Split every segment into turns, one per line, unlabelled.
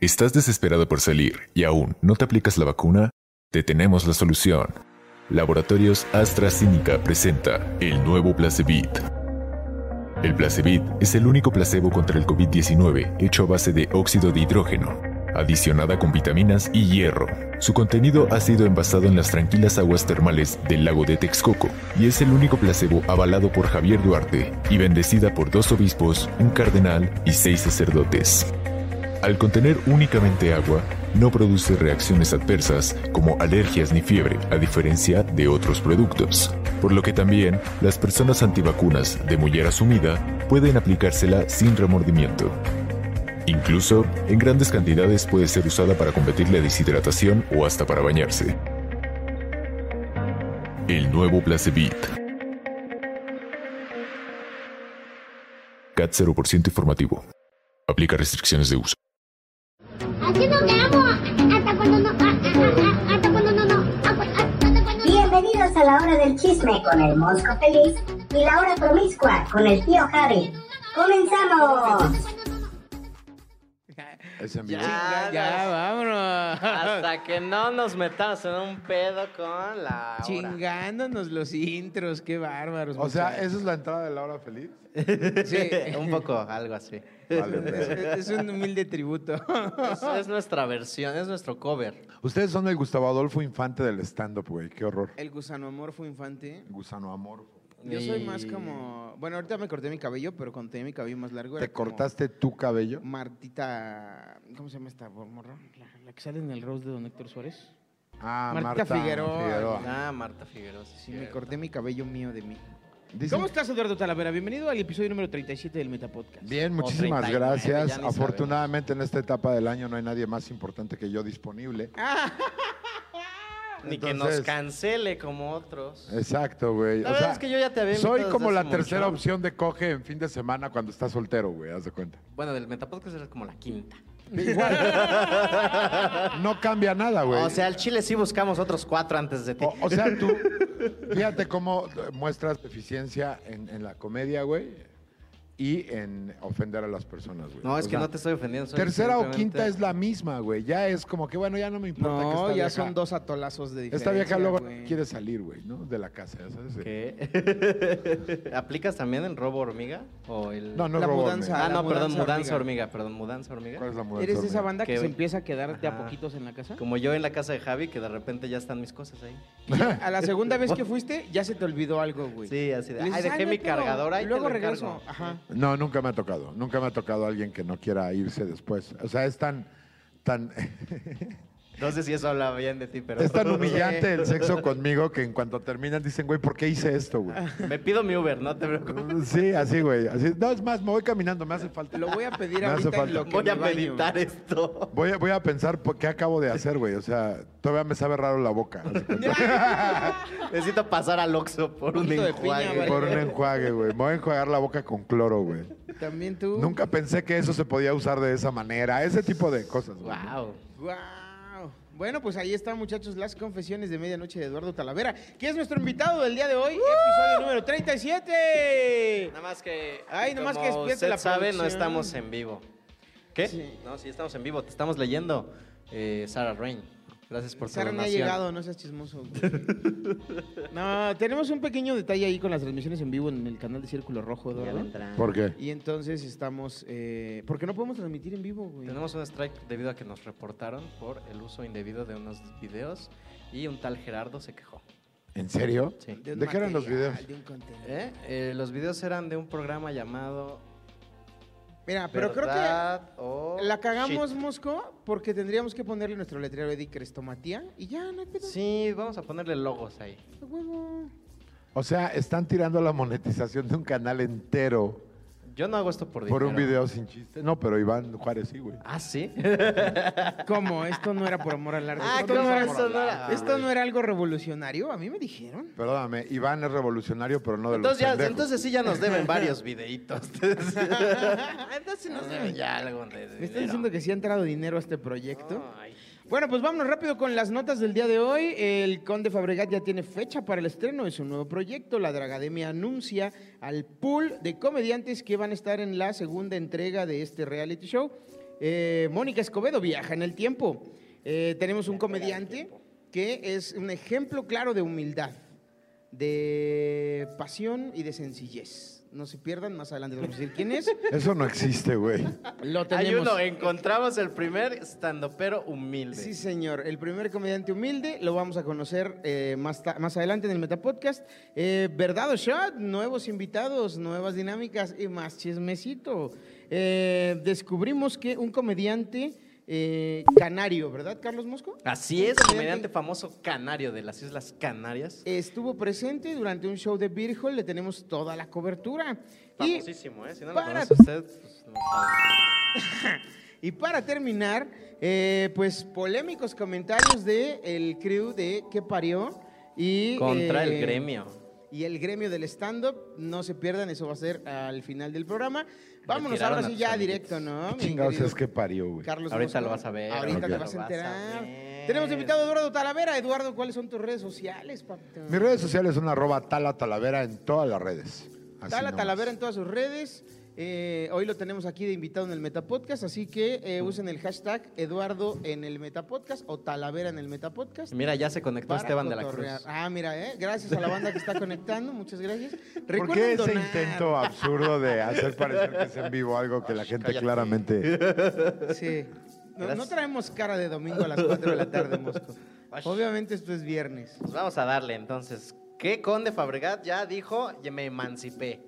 ¿Estás desesperado por salir y aún no te aplicas la vacuna? Te tenemos la solución. Laboratorios AstraZeneca presenta el nuevo Placebit. El Placebit es el único placebo contra el COVID-19 hecho a base de óxido de hidrógeno, adicionada con vitaminas y hierro. Su contenido ha sido envasado en las tranquilas aguas termales del lago de Texcoco y es el único placebo avalado por Javier Duarte y bendecida por dos obispos, un cardenal y seis sacerdotes. Al contener únicamente agua, no produce reacciones adversas como alergias ni fiebre, a diferencia de otros productos. Por lo que también las personas antivacunas de mujer asumida pueden aplicársela sin remordimiento. Incluso, en grandes cantidades puede ser usada para combatir la deshidratación o hasta para bañarse. El nuevo Placebit. CAT 0% informativo. Aplica restricciones de uso.
Así nos quedamos hasta cuando no. a- a- a- Hasta cuando no. no a- hasta cuando no.
Bienvenidos a la hora del chisme con el Mosco Feliz y la hora promiscua con el tío Harry. ¡Comenzamos!
Es en
Ya,
vivo.
ya,
Ya, vámonos.
Hasta que no nos metamos en un pedo con la hora.
Chingándonos los intros, qué bárbaros.
O sea,
muchachos.
¿esa es la entrada de la hora feliz?
Sí,
Un poco, algo así.
Vale,
es,
pues.
es un humilde tributo.
Es, es nuestra versión, es nuestro cover.
Ustedes son el Gustavo Adolfo Infante del stand-up, güey. Qué horror.
El gusano amorfo infante.
Gusano amor.
Yo soy más
Y-
como. Bueno, ahorita me corté mi cabello, pero cuando tenía mi cabello más largo.
¿Te
era como
cortaste tu cabello?
Martita. ¿Cómo se llama esta morra? La, la que sale en el Rose de Don Héctor Suárez.
Ah,
Marta Figueroa.
Ah, Marta Figueroa. sí,
Sí, me
cierto.
corté mi cabello mío de mí.
Dicen-
¿Cómo estás, Eduardo Talavera? Bienvenido al episodio número 37 del Metapodcast.
Bien,
O
muchísimas
39,
gracias.
ya ni
Afortunadamente en esta etapa del año no hay nadie más importante que yo disponible.
Ah. Ni que nos
Entonces-
cancele como otros.
Exacto, güey.
La
O
verdad
sea,
es que yo ya te había
soy
invitado
como
desde
la
hace mucho.
tercera opción de coge en fin de semana cuando estás soltero, güey. Haz de cuenta.
Bueno, del Metapodcast era como la quinta.
No cambia nada, güey.
O sea, al Chile sí buscamos otros cuatro antes de ti.
O, o sea, tú, fíjate cómo muestras eficiencia en, en la comedia, güey, y en ofender a las personas, güey.
no, es
O
que
sea,
no te estoy ofendiendo. soy
Tercera o
simplemente-
quinta es la misma, güey. Ya es como que, bueno, ya no me importa que
No,
esta
ya
vieja-
son dos atolazos de diferencia.
Esta vieja luego
güey.
quiere salir, güey, ¿no? De la casa, ya ¿sabes? Sí.
¿Qué? ¿Aplicas también el robo hormiga? ¿O el...
No, no
La
es robot,
mudanza.
güey.
Ah, no,
La
perdón,
mudanza
mudanza hormiga. Perdón, mudanza hormiga.
¿Cuál es la mudanza?
¿Eres esa
güey?
banda que
Que-
se empieza a quedar de a
Ajá.
poquitos en la casa?
Como yo en la casa de Javi, que de repente ya están mis cosas ahí.
A la segunda vez que fuiste, ya se te olvidó algo, güey.
Sí, así
Le
de.
dices,
Ay, dejé
no
mi
hay pedo,
cargador ahí. te
Luego
lo encargo".
regreso. Ajá.
No, nunca me ha tocado. Nunca me ha tocado alguien que no quiera irse después. O sea, es tan, tan,
No sé si eso habla bien de ti, pero.
es tan humillante el sexo conmigo que en cuanto terminan dicen, güey, ¿por qué hice esto, güey?
Me pido mi Uber, no te preocupes.
Sí, así, güey. Así. No, es más, me voy caminando, me hace falta.
Lo voy a pedir
Me hace
ahorita en
falta.
lo que
Voy
me
a
baño.
meditar esto.
Voy a, voy a pensar por qué acabo de hacer, güey. O sea, todavía me sabe raro la boca. haz de cuenta.
Necesito pasar al Oxxo por un
Punto de piña,
enjuague.
Por un enjuague, güey. Me voy a enjuagar la boca con cloro, güey.
También tú.
Nunca pensé que eso se podía usar de esa manera. Ese tipo de cosas, güey.
Wow.
Guau. Bueno, pues ahí están, muchachos, las confesiones de medianoche de Eduardo Talavera, que es nuestro invitado del día de hoy, episodio número 37.
Nada más que.
Ay, nomás que
como
despierte
usted
la
sabe, no
producción.
estamos en vivo. ¿Qué?
Sí.
No, sí, estamos en vivo. Te estamos leyendo, eh, Sarah Rain. Gracias por tu
Sara no ha
donación.
llegado, no seas chismoso. güey. no, tenemos un pequeño detalle ahí con las transmisiones en vivo en el canal de Círculo Rojo,
Ya
Eduardo.
vendrá.
¿Por qué?
Y entonces estamos. eh, porque no podemos transmitir en vivo, güey.
Tenemos un strike debido a que nos reportaron por el uso indebido de unos videos y un tal Gerardo se quejó.
¿En serio?
Sí.
un
¿De qué eran los
material,
videos?
de un contenido.
¿Eh? Eh, los videos eran de un programa llamado
Mira, pero creo que
¿Verdad o
la cagamos,
shit?
Mosco, porque tendríamos que ponerle nuestro letrero de crestomatía y ya, no hay pedo.
Sí, vamos a ponerle logos ahí.
A huevo.
O sea, están tirando la monetización de un canal entero
Yo no hago esto por dinero.
por un video sin chiste. No, pero Iván Juárez sí, güey.
Ah, sí.
¿Cómo? Esto no era por amor al arte.
Ah,
esto,
¿cómo
no era,
esto no era?
esto no era algo revolucionario. A mí me dijeron.
Perdóname, Iván es revolucionario, pero no de los
Entonces, ya,
pendejos.
entonces sí ya nos deben varios videitos.
Entonces no sé.
ya algo de
¿Me
dinero.
estás diciendo que sí ha entrado dinero a este proyecto?
Ay.
Bueno, pues vámonos rápido con las notas del día de hoy. El Conde Fabregat ya tiene fecha para el estreno de su nuevo proyecto. La Dragademia anuncia al pool de comediantes que van a estar en la segunda entrega de este reality show. Eh, Mónica Escobedo viaja en el tiempo. Eh, tenemos un comediante que es un ejemplo claro de humildad, de pasión y de sencillez. No se pierdan, más adelante les vamos a decir quién es.
Eso no existe, güey.
Lo
Hay
tenemos.
uno, encontramos el primer estandopero humilde.
Sí, señor. El primer comediante humilde lo vamos a conocer eh, más, ta- más adelante en el Metapodcast. Eh, ¿Verdad o Shot? Nuevos invitados, nuevas dinámicas y más chismecito. Eh, descubrimos que un comediante eh, canario, ¿verdad, Carlos Mosco?
Así es, el comediante famoso canario de las Islas Canarias.
Estuvo presente durante un show de Virgil, le tenemos toda la cobertura. Y
Famosísimo, ¿eh? Si no lo
para-
conoce usted, pues, no sabe.
Y para terminar, eh, pues polémicos comentarios de el crew de que parió y
Contra
eh,
el gremio.
y el gremio del stand-up. No se pierdan, eso va a ser al final del programa. Vámonos
tiraron
ahora
a
sí
tus
ya
amiguitos.
directo,
¿Qué
¿no? mi
chingados
querido
es que parió, güey?
Carlos
Ahorita
Mosco?
lo vas a ver,
Ahorita te
ahorita
vas a
lo vas a
enterar.
ver.
Tenemos invitado a Eduardo Talavera. Eduardo, ¿cuáles son tus redes sociales, papito?
Mis redes sociales son arroba tala talavera en todas las redes. Así
Tala
nomás.
Talavera en todas sus redes. Eh, hoy lo tenemos aquí de invitado en el Metapodcast, así que eh,
Mm.
usen el hashtag Eduardo en el Metapodcast o Talavera en el Metapodcast.
Mira, ya se conectó
para
Mm, Esteban de la
cotorrear.
Cruz.
Ah, mira, eh, gracias a la banda que está conectando, muchas gracias.
¿Por
Recuerden
qué ese
donar.
intento absurdo de hacer parecer que es en vivo algo que la gente claramente...
Sí. No- No,
Gracias.
traemos cara de domingo a las 4 de la tarde, Mosco.
Ay.
Obviamente esto es viernes.
Pues vamos a darle entonces. ¿Qué conde Fabregat ya dijo? Ya me emancipé.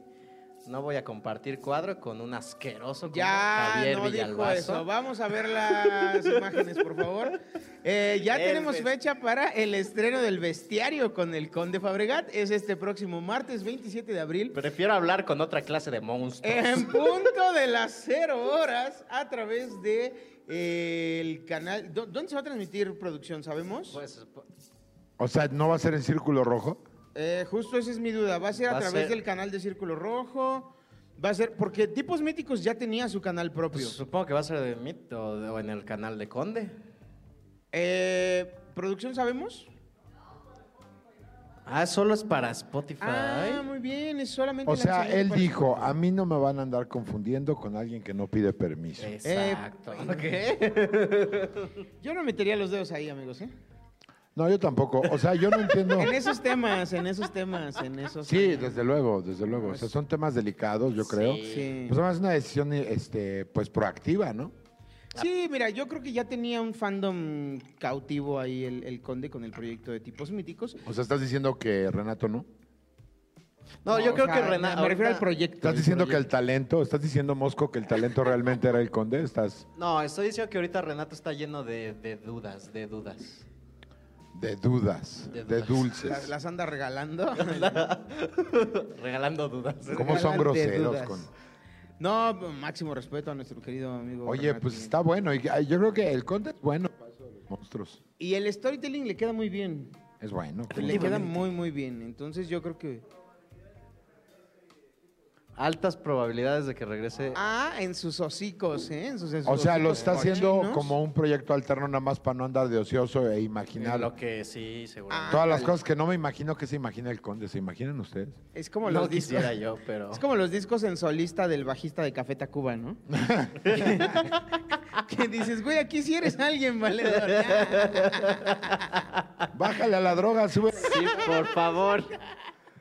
No voy a compartir cuadro con un asqueroso como
Ya
Javier
no dijo
Villalbazo.
eso. Vamos a ver las imágenes, por favor. Eh, ya
El
tenemos
vest-
fecha para el estreno del bestiario con el Conde Fabregat. Es este próximo martes 27 de abril.
Prefiero hablar con otra clase de monstruos.
En punto de las cero horas a través de eh, el canal. ¿Dó- ¿Dónde se va a transmitir producción? ¿Sabemos?
Pues, po-
O sea, ¿no va a ser en círculo rojo?
Eh, justo esa es mi duda. ¿Va a ser a
Va a
través
ser-
del canal de Círculo Rojo? ¿Va a ser...? Porque Tipos Míticos ya tenía su canal propio.
pues, supongo que va a ser de mí o, de- o en el canal de Conde.
Eh, ¿Producción sabemos?
Ah, solo es para Spotify.
Ah, muy bien. Es solamente...
O
la
sea,
señal
él
para-
dijo, a mí no me van a andar confundiendo con alguien que no pide permiso.
Eh.
Exacto.
Yo no metería los dedos ahí, amigos, ¿eh?
No, yo tampoco. O sea, yo no entiendo...
En esos temas, en esos temas, en esos...
Sí,
temas.
desde luego, desde luego. O sea, son temas delicados, yo creo.
Sí.
Pues además es una decisión este, pues proactiva, ¿no?
Sí, mira, yo creo que ya tenía un fandom cautivo ahí el, el conde con el proyecto de tipos míticos.
O sea, estás diciendo que Renato no.
No, yo
o
creo
sea,
que Renato.
Me refiero al proyecto.
Estás
el
diciendo que
proyecto.
el talento, estás diciendo Mosco que el talento realmente era el conde, estás
No, estoy diciendo que ahorita Renato está lleno de, de dudas, de dudas.
de dudas, de,
De dudas.
dulces.
La- las anda regalando.
Regalando dudas.
¿Cómo son
Regalan
groseros
dudas.
con-
No, máximo respeto a nuestro querido amigo.
Oye,
Renato
pues
Miguel.
está bueno. y- ay, Yo creo que el conde es bueno. para eso de los Monstruos.
Y el storytelling le queda muy bien.
Es bueno.
Le queda muy, muy bien. Entonces yo creo que...
Altas probabilidades de que regrese.
Ah, en sus hocicos, ¿eh? En sus, en sus
O sea, lo
hocicos
está haciendo
cochinos.
como un proyecto alterno nada más para no andar de ocioso e imaginar.
en lo que sí, seguro.
Ah,
Todas las
ándale.
cosas que no me imagino que se imagina el conde, ¿se imaginan ustedes?
Es como
no
los discos...
quisiera yo, pero.
Es como los discos en solista del bajista de Café Tacuba, ¿no? que dices, güey, aquí sí eres alguien, valedor.
Bájale a la droga, sube,
Sí, por favor.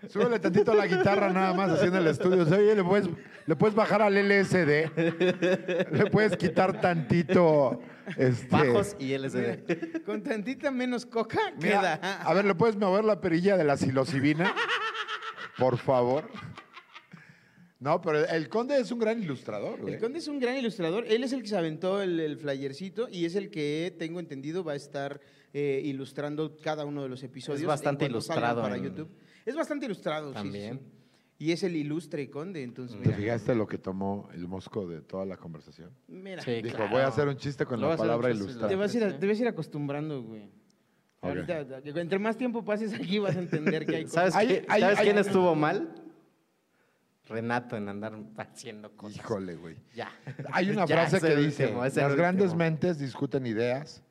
súbele tantito a la guitarra nada más así en el estudio. O sea, Oye, le puedes, le puedes bajar al LSD, le puedes quitar tantito. Este,
Bajos y LSD.
Con tantita menos coca
Mira,
queda.
a ver, ¿le puedes mover la perilla de la psilocibina? Por favor. No, pero el conde es un gran ilustrador, güey.
Pues.
El Conde es un gran ilustrador. Él es el que se aventó el, el flyercito y es el que, tengo entendido, va a estar eh, ilustrando cada uno de los episodios. en
bastante
cuanto salgan
ilustrado
Para
en-
YouTube. Es bastante ilustrado, sí, sí,
También.
sí. Y es el ilustre Conde, entonces,
¿Te
mira.
fijaste lo que tomó el mosco de toda la conversación?
mira.
Sí,
Dijo,
claro.
voy a hacer un chiste con
Lo
la
voy a hacer un
palabra
chiste,
ilustrar.
Te vas, a ir, a-
Sí.
te vas a ir acostumbrando, güey.
Ok.
Ahorita, entre más tiempo pases aquí, vas a entender que hay cosas.
¿Sabes,
Hay-
qué-
hay-
¿sabes
hay-
quién estuvo mal? Renato en andar haciendo cosas.
Híjole, güey.
Ya.
Hay una
Ya,
frase
es
que
el
dice,
último, es el
las grandes
último".
mentes discuten ideas,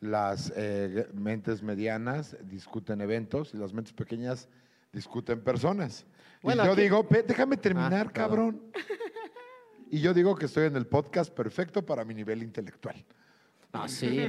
las eh, g- mentes medianas discuten eventos y las mentes pequeñas discuten personas.
Bueno,
y yo
aquí-
digo, "Pe- déjame terminar,
Ah,
cabrón. Y yo digo que estoy en el podcast perfecto para mi nivel intelectual.
No, eh. sí,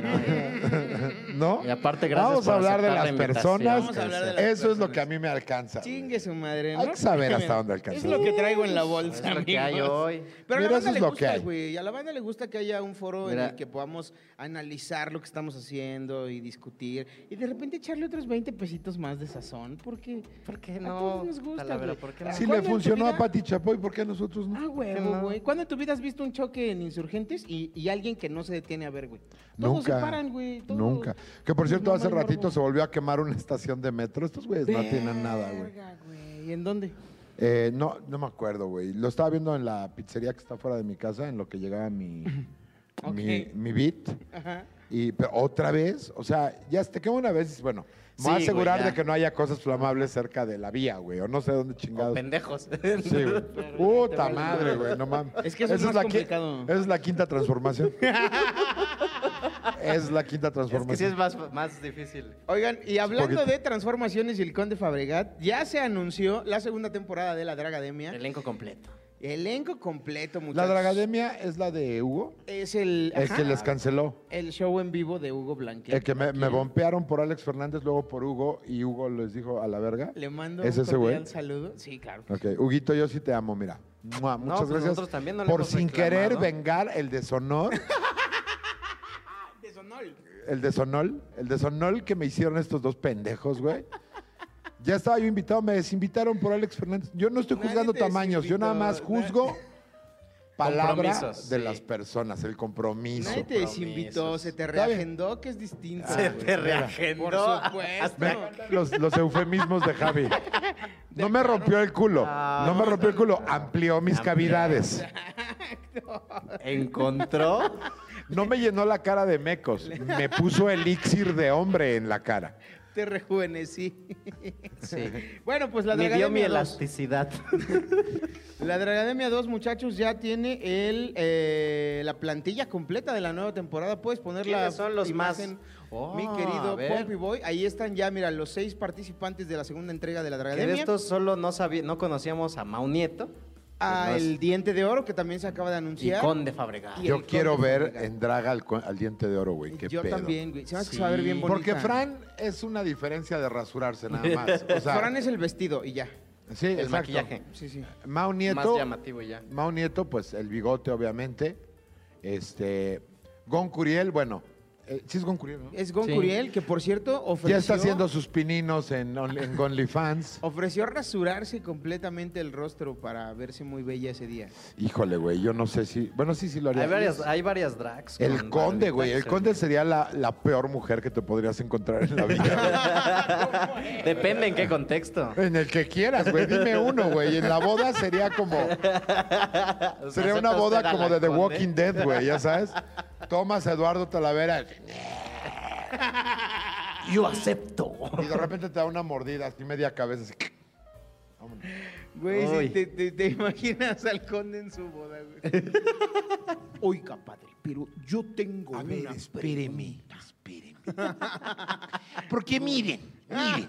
no.
¿No?
Y aparte, gracias
Vamos a
por
hablar de
aceptar
las
la invitación.
personas.
Vamos a hablar de las
Eso es lo
personas.
que a mí me alcanza.
Chingue su madre, ¿no?
Hay que saber hasta dónde alcanzar.
Es lo que traigo en la bolsa,
Es lo que hay
amigos.
hoy.
Mira,
Pero a la
eso
banda
es
le
lo que
gusta,
hay.
güey. A la banda le gusta que haya un foro en
Mira.
el que podamos analizar lo que estamos haciendo y discutir. Y de repente echarle otros 20 pesitos más de sazón, porque... ah,
¿Por qué
A
no?
todos nos gusta,
Talavera,
güey.
¿por qué no?
Si
¿Cuándo
le
en tu
funcionó a
vida-
Pati Chapoy, ¿por qué a nosotros no?
Ah, huevo, güey. ¿Cuándo en tu vida has visto un choque en insurgentes y, y alguien que no se detiene a ver, güey? Todos
Nunca.
se paran, güey. todos.
Nunca. Que por cierto,
No
hace
hay morbo.
ratito se volvió a quemar una estación de metro. Estos güeyes no tienen nada, güey.
Verga, güey. ¿Y en dónde?
Eh, no, no me acuerdo, güey. Lo estaba viendo en la pizzería que está fuera de mi casa, en lo que llegaba mi,
Ok.
mi, mi beat.
Ajá.
Y pero otra vez, o sea, ya se te quema una vez, dices, bueno, me voy a
Sí, güey,
asegurar
ya.
de que no haya cosas flamables cerca de la vía, güey, o no sé dónde
O
chingados.
pendejos.
Sí, güey. Puta madre, güey, no mames.
Es que eso es
Esa
más
la qui-
complicado.
Esa es la quinta transformación. es la quinta
es
transformación.
que sí es más, más difícil.
Oigan, y hablando
poquito.
de transformaciones y el Conde Fabregat, ya se anunció la segunda temporada de La Dragademia.
Elenco completo.
Elenco completo,
La
muchachos.
Dragademia es la de Hugo,
Es el,
el
ajá,
que les canceló.
el show en vivo de Hugo Blanquet.
El que me, me bompearon por Alex Fernández, luego por Hugo, y Hugo les dijo a la verga.
Le mando
¿Es
un
ese güey?
cordial saludo. Sí, claro.
Ok, Huguito, yo sí te amo, mira. Mua,
No,
muchas
pues
gracias
nosotros también no le
por
hemos
sin querer
reclamado.
vengar el deshonor,
Desonol.
el deshonor, el deshonor que me hicieron estos dos pendejos, güey. Ya estaba yo invitado, me desinvitaron por Alex Fernández. Yo no estoy
Nadie
juzgando
te
tamaños, yo nada más
desinvitó, na-
juzgo palabras
Compromisos,
de
sí.
las personas, el compromiso.
Nadie te desinvitó, se te
Está bien.
reagendó, que es distinto.
Se
güey.
te reagendó.
Por
Me-
supuesto.
los, los eufemismos de Javi. No me rompió el culo.
Ah,
No me rompió el culo. Amplió mis
Amplió.
cavidades.
Encontró.
No me llenó la cara de mecos. Me puso elixir de hombre en la cara.
Te rejuvenecí.
Sí.
Bueno, pues la
Me dio mi
Dragademia 2.
elasticidad.
La Dragademia 2, muchachos, ya tiene el, eh, la plantilla completa de la nueva temporada. Puedes poner la
¿Quiénes son los
imagen,
más? Oh,
mi
a
querido
ver.
Pompey Boy. Ahí están ya, mira, los seis participantes de la segunda entrega de la
Que de
Dragademia.
estos solo no, sabía, no conocíamos a Mau Nieto.
Ah,
No es-
el Diente de Oro, que también se acaba de
Y
anunciar.
Conde Fabregat.
Y el
Yo quiero
conde
ver
Fabregat.
en Draga al, cu- al diente de oro, güey. Qué
Yo
pedo.
también, güey. Se me hace que se va a ver bien
Sí.
bonita.
Porque Fran es una diferencia de rasurarse nada más. O sea,
Fran es el vestido y ya.
sí,
El
exacto.
maquillaje.
Sí, sí.
Mau
Más
Nieto.
llamativo ya.
Mau Nieto, pues el bigote, obviamente. Este. Gon Curiel, bueno. eh, sí es Gon Curiel, ¿no?
Es Gon
Sí.
Curiel, que por cierto ofreció...
Ya está haciendo sus pininos en, on- en OnlyFans.
Ofreció rasurarse completamente el rostro para verse muy bella ese día.
Híjole, güey, yo no sé si. Bueno, sí, sí lo haría.
Hay varias, hay varias drags.
El
con
conde, güey. El
barbitas,
conde sería la, la peor mujer que te podrías encontrar en la vida.
Depende en qué contexto.
güey. en el que quieras, güey. Dime uno, güey. En la boda sería como. Sería una boda como de The Walking Dead, güey, ya sabes. Tomas a Eduardo Talavera
Yo acepto.
y de repente te da una mordida, así media cabeza. así. Vámonos.
Güey,
Uy.
si te, te- te imaginas al conde en su boda, güey. Oiga, padre, pero yo tengo
A ver, espéreme, espéreme. Porque miren, miren,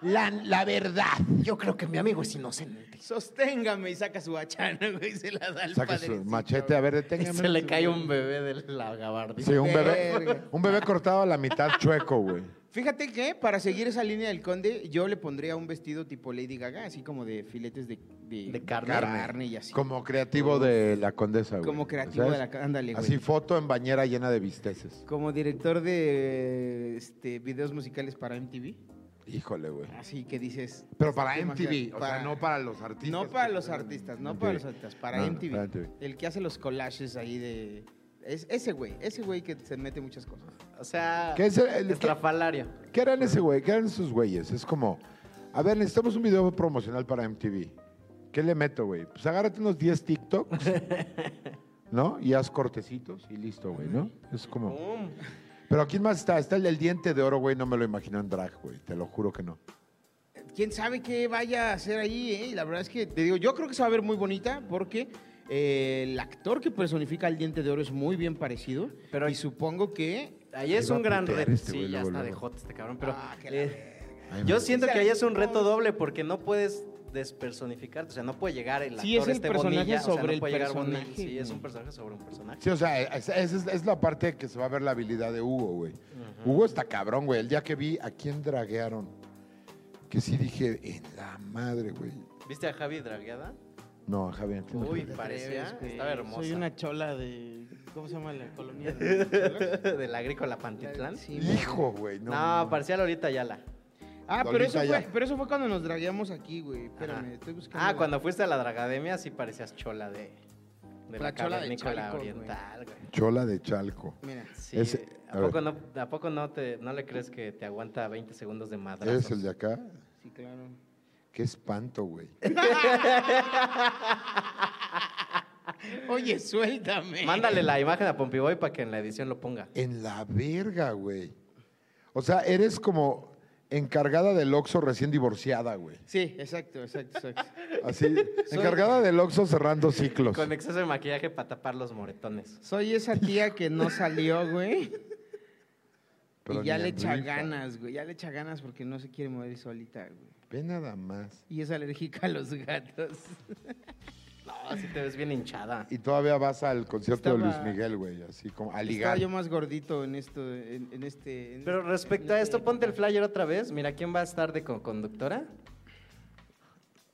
la, la verdad, yo creo que mi amigo es inocente.
Sosténgame y saca su hachana, güey, y se la da al
Saca
padre.
su machete, a ver, deténgame.
Se le cae un bebé de la gabardina.
Sí, un bebé,
Verga.
un bebé cortado a la mitad chueco, güey.
Fíjate que para seguir esa línea del conde, yo le pondría un vestido tipo Lady Gaga, así como de filetes de, de,
De carne.
y así.
Como creativo de la condesa, güey.
Como creativo de la- ándale, güey.
Así foto en bañera llena de bisteces.
Como director de este, videos musicales para MTV.
Híjole, güey.
Así que dices.
Pero para
¿qué más
MTV,
queda?
o
Para-
sea, no para los artistas. pues,
No para los artistas, no para los artistas, para
No, no,
MTV.
para MTV.
El que hace los collages ahí de. Es ese güey, ese güey que se mete muchas cosas.
O sea,
¿Qué es el- el-
estrafalario.
¿Qué eran ese güey? ¿Qué eran esos güeyes? Es como, a ver, necesitamos un video promocional para MTV. ¿Qué le meto, güey? Pues agárrate unos 10 TikToks, ¿no? Y haz cortecitos y listo, güey, ¿no? Es como...
Pum.
Pero ¿quién más está? Está el del diente de oro, güey. No me lo imagino en drag, güey. Te lo juro que no.
quién sabe qué vaya a hacer ahí, ¿eh? Y La verdad es que, te digo, yo creo que se va a ver muy bonita porque eh, el actor que personifica al diente de oro es muy bien parecido.
Pero-
y supongo que.
Ahí es
Iba
un
a
gran
putear
reto.
este
sí,
güey,
ya
luego,
está de
luego.
hot este cabrón, pero.
Ah, que la
eh,
Ay,
yo
madre.
siento que ahí es un reto doble porque no puedes despersonificarte. O sea, no puede llegar el actor
Sí, es el
este
personaje
Bonilla. o sea,
sobre
no
el
puede llegar
personaje,
Bonilla. Sí, es
güey.
un personaje sobre un personaje.
Sí, o sea, es- es, es- es la parte que se va a ver la habilidad de Hugo, güey. Hugo está cabrón, güey. El día que vi a quién draguearon, que sí dije, en la madre, güey.
¿Viste a Javi dragueada?
No, Javier. ¿quién
Uy,
fue?
parecía.
eh,
Estaba hermosa.
Soy una chola de. ¿Cómo se llama la colonia?
Del agrícola Pantitlán.
Hijo, güey. No,
No, parecía Lolita Ayala.
Ah, pero
Lolita
eso, fue,
ya.
pero eso fue cuando nos dragueamos aquí, güey. Espérame,
Ajá.
estoy buscando.
Ah,
la-
cuando fuiste a la Dragademia sí parecías chola de, de la,
La chola de
cavernícola
Chalco, güey.
oriental, güey.
Chola de Chalco.
Mira.
Sí,
Ese-
¿a,
a
poco no, ¿A poco no te no le crees que te aguanta 20 segundos de madrazo?
¿Eres el de acá?
Sí, claro.
Qué espanto, güey.
Oye, suéltame.
Mándale la imagen a Pompiboy para que en la edición lo ponga.
En la verga, güey. O sea, eres como encargada del Oxxo recién divorciada, güey.
Sí, exacto, exacto, exacto.
Así, encargada del Oxxo cerrando ciclos.
Con exceso de maquillaje para tapar los moretones.
Soy esa tía que no salió, güey.
Pero
y ya
ni
le
en
echa
rifa.
ganas, güey. Ya le echa ganas porque no se quiere mover solita, güey.
Ve nada más.
Y es alérgica a los gatos.
No, así te ves bien hinchada.
Y todavía vas al concierto de
Estaba-
Luis Miguel, güey, así como a
Estaba
ligar.
yo más gordito en esto, en, en este. en-
Pero respecto
en
a
este-
esto, ponte el flyer otra vez. Mira, ¿quién va a estar de co-conductora?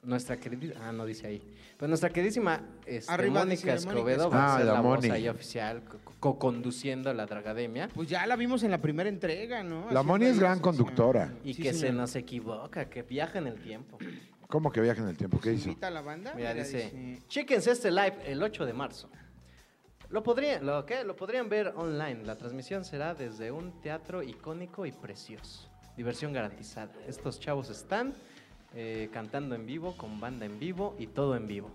Nuestra queridísima... Ah, no dice ahí. Pues nuestra queridísima este,
Arriba dice
Mónica
Mónica
Escobedo va
Ah,
a ser
la
la, voz
Moni.
ahí oficial, co- co-conduciendo la Dragademia.
Pues ya la vimos en la primera entrega, ¿no?
La
Así
Moni
fue
es
ahí,
gran
sí,
conductora.
señor.
Y
Sí,
que se
señor.
nos equivoca, que viaja en el tiempo.
¿Cómo que viaja en el tiempo? ¿Qué hizo?
¿Invita a la banda?
Mira, dice,
Ah, dice,
chéquense este live el 8 de marzo. Lo, podría, lo, ¿qué? lo podrían ver online. La transmisión será desde un teatro icónico y precioso. Diversión garantizada. Estos chavos están eh, cantando en vivo, con banda en vivo y todo en vivo.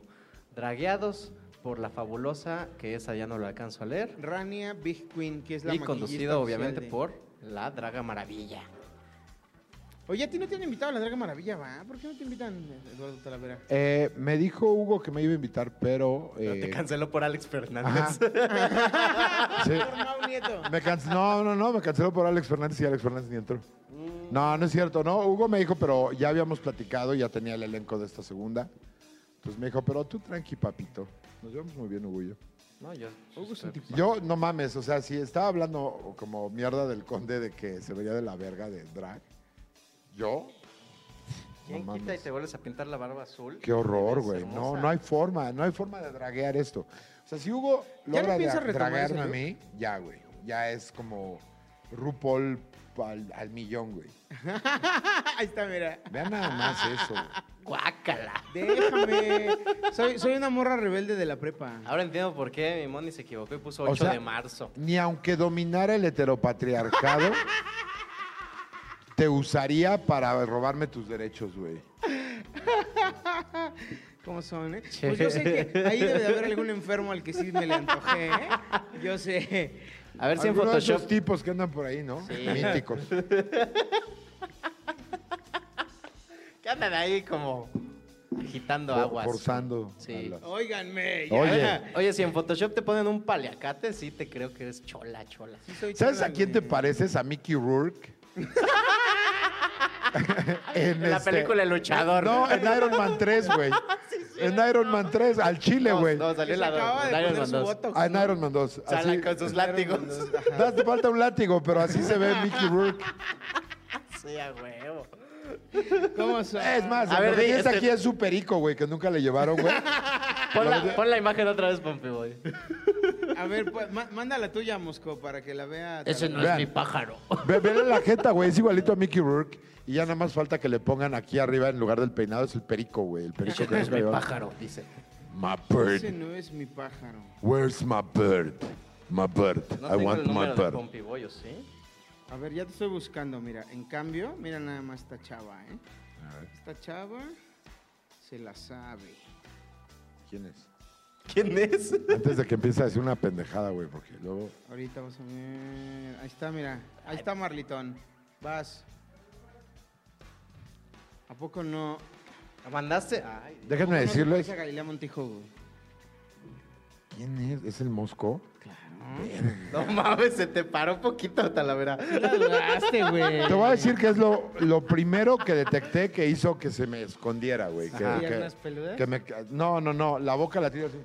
Dragueados por la fabulosa, que esa ya no lo alcanzo a leer.
Rania Big Queen, que es la
Y
maquillista
conducido
oficial
obviamente
de-
por la Draga Maravilla.
Oye, a ti no te han invitado a la Draga Maravilla, ¿va? ¿Por qué no te invitan, Eduardo Talavera?
Eh, me dijo Hugo que me iba a invitar, pero.
Pero te
eh,
canceló por Alex Fernández.
ajá. Sí.
Por Mau Nieto.
Me canc- No, no, no, me canceló por Alex Fernández y Alex Fernández ni entró. No, no es cierto, no. Hugo me dijo, pero ya habíamos platicado, ya tenía el elenco de esta segunda. Entonces me dijo, pero tú tranqui, papito. Nos llevamos muy bien, Hugo y yo.
No, yo. pues,
Hugo es un tipo-
Yo, no mames, o sea, si estaba hablando como mierda del conde de que se vería de la verga de drag, yo. No
¿Quién quita y
mames.
te vuelves a pintar la barba azul?
Qué horror,
Eres
güey. No,
hermosa.
no hay forma, no hay forma de draguear esto. O sea, si Hugo
¿Ya no
logra
piensas
dra-
retomar ese
draguearme a
look?
mí, ya, güey. Ya es como RuPaul al, al millón, güey.
Ahí está, mira.
Vean nada más eso. güey.
Guácala.
Déjame. Soy, soy una morra rebelde de la prepa.
Ahora entiendo por qué mi Moni se equivocó y puso
O
8
sea-
de marzo.
Ni aunque dominara el heteropatriarcado, te usaría para robarme tus derechos, güey.
¿Cómo son, eh? Pues yo sé que ahí debe de haber algún enfermo al que sí me le antojé, ¿eh? Yo sé.
A ver si en
Alguno de esos
Photoshop.
tipos que andan por ahí, ¿no?
Sí.
Míticos.
¿Qué andan ahí como agitando
for-
aguas?
Forzando.
Sí.
a las-
Óiganme. ya.
Oye,
Oye, si en Photoshop te ponen un paliacate, sí te creo que eres chola, chola.
Sí soy
¿sabes
chola,
a quién te
güey.
pareces? A Mickey Rourke. en
En la
este-
película El Luchador.
No, en Iron Man 3, güey. en Iron Man 3, al Chile,
No,
güey.
no,
Que
salió
se
la
acaba de
Iron
poner
Man
su
2.
botox,
Ah, en
¿no?
Iron Man 2.
Salen
Así,
con sus látigos.
Te falta un látigo, pero así se ve Mickey Rourke.
Sí, a huevo.
¿Cómo son?
Es más,
A
a
ver,
ver,
di,
este...
este-
aquí es su perico, güey, que nunca le llevaron, güey.
Pon la, pon la imagen otra vez, Pompiboy.
A ver, pues, ma- manda la tuya, Mosco, para que la vea.
Vean.
pájaro.
Ve, vele la jeta, güey, es igualito a Mickey Rourke. Y ya nada más falta que le pongan aquí arriba en lugar del peinado es el perico, güey. El perico
Ese
que
no es
nunca
mi
llevaba.
pájaro, dice.
My
Ese
bird.
no es mi pájaro.
Where's my bird? My bird.
No
I
tengo
want
el
my
número de
bird.
Pompi Boy, ¿o ¿sí?
A ver, ya te estoy buscando, mira. En cambio, mira nada más esta chava, ¿eh? Esta chava se la sabe.
¿Quién es?
¿Quién es?
Antes de que empiece a decir una pendejada, güey, porque luego.
Ahorita vas a ver. Ahí está, mira. Ahí está Marlitón. Vas. ¿A poco no?
¿La mandaste?
Déjenme
¿A poco no se
decirles.
parece a Galilea Montijo, güey?
¿Quién es? ¿Es el Mosco?
No mames, se te paró poquito, Talavera.
La dudaste, güey.
Te voy a decir que es lo, lo primero que detecté que hizo que se me escondiera, güey. Que,
Ajá.
que-
¿Piernas peludas?
que me- no, no, no. La boca la tira así.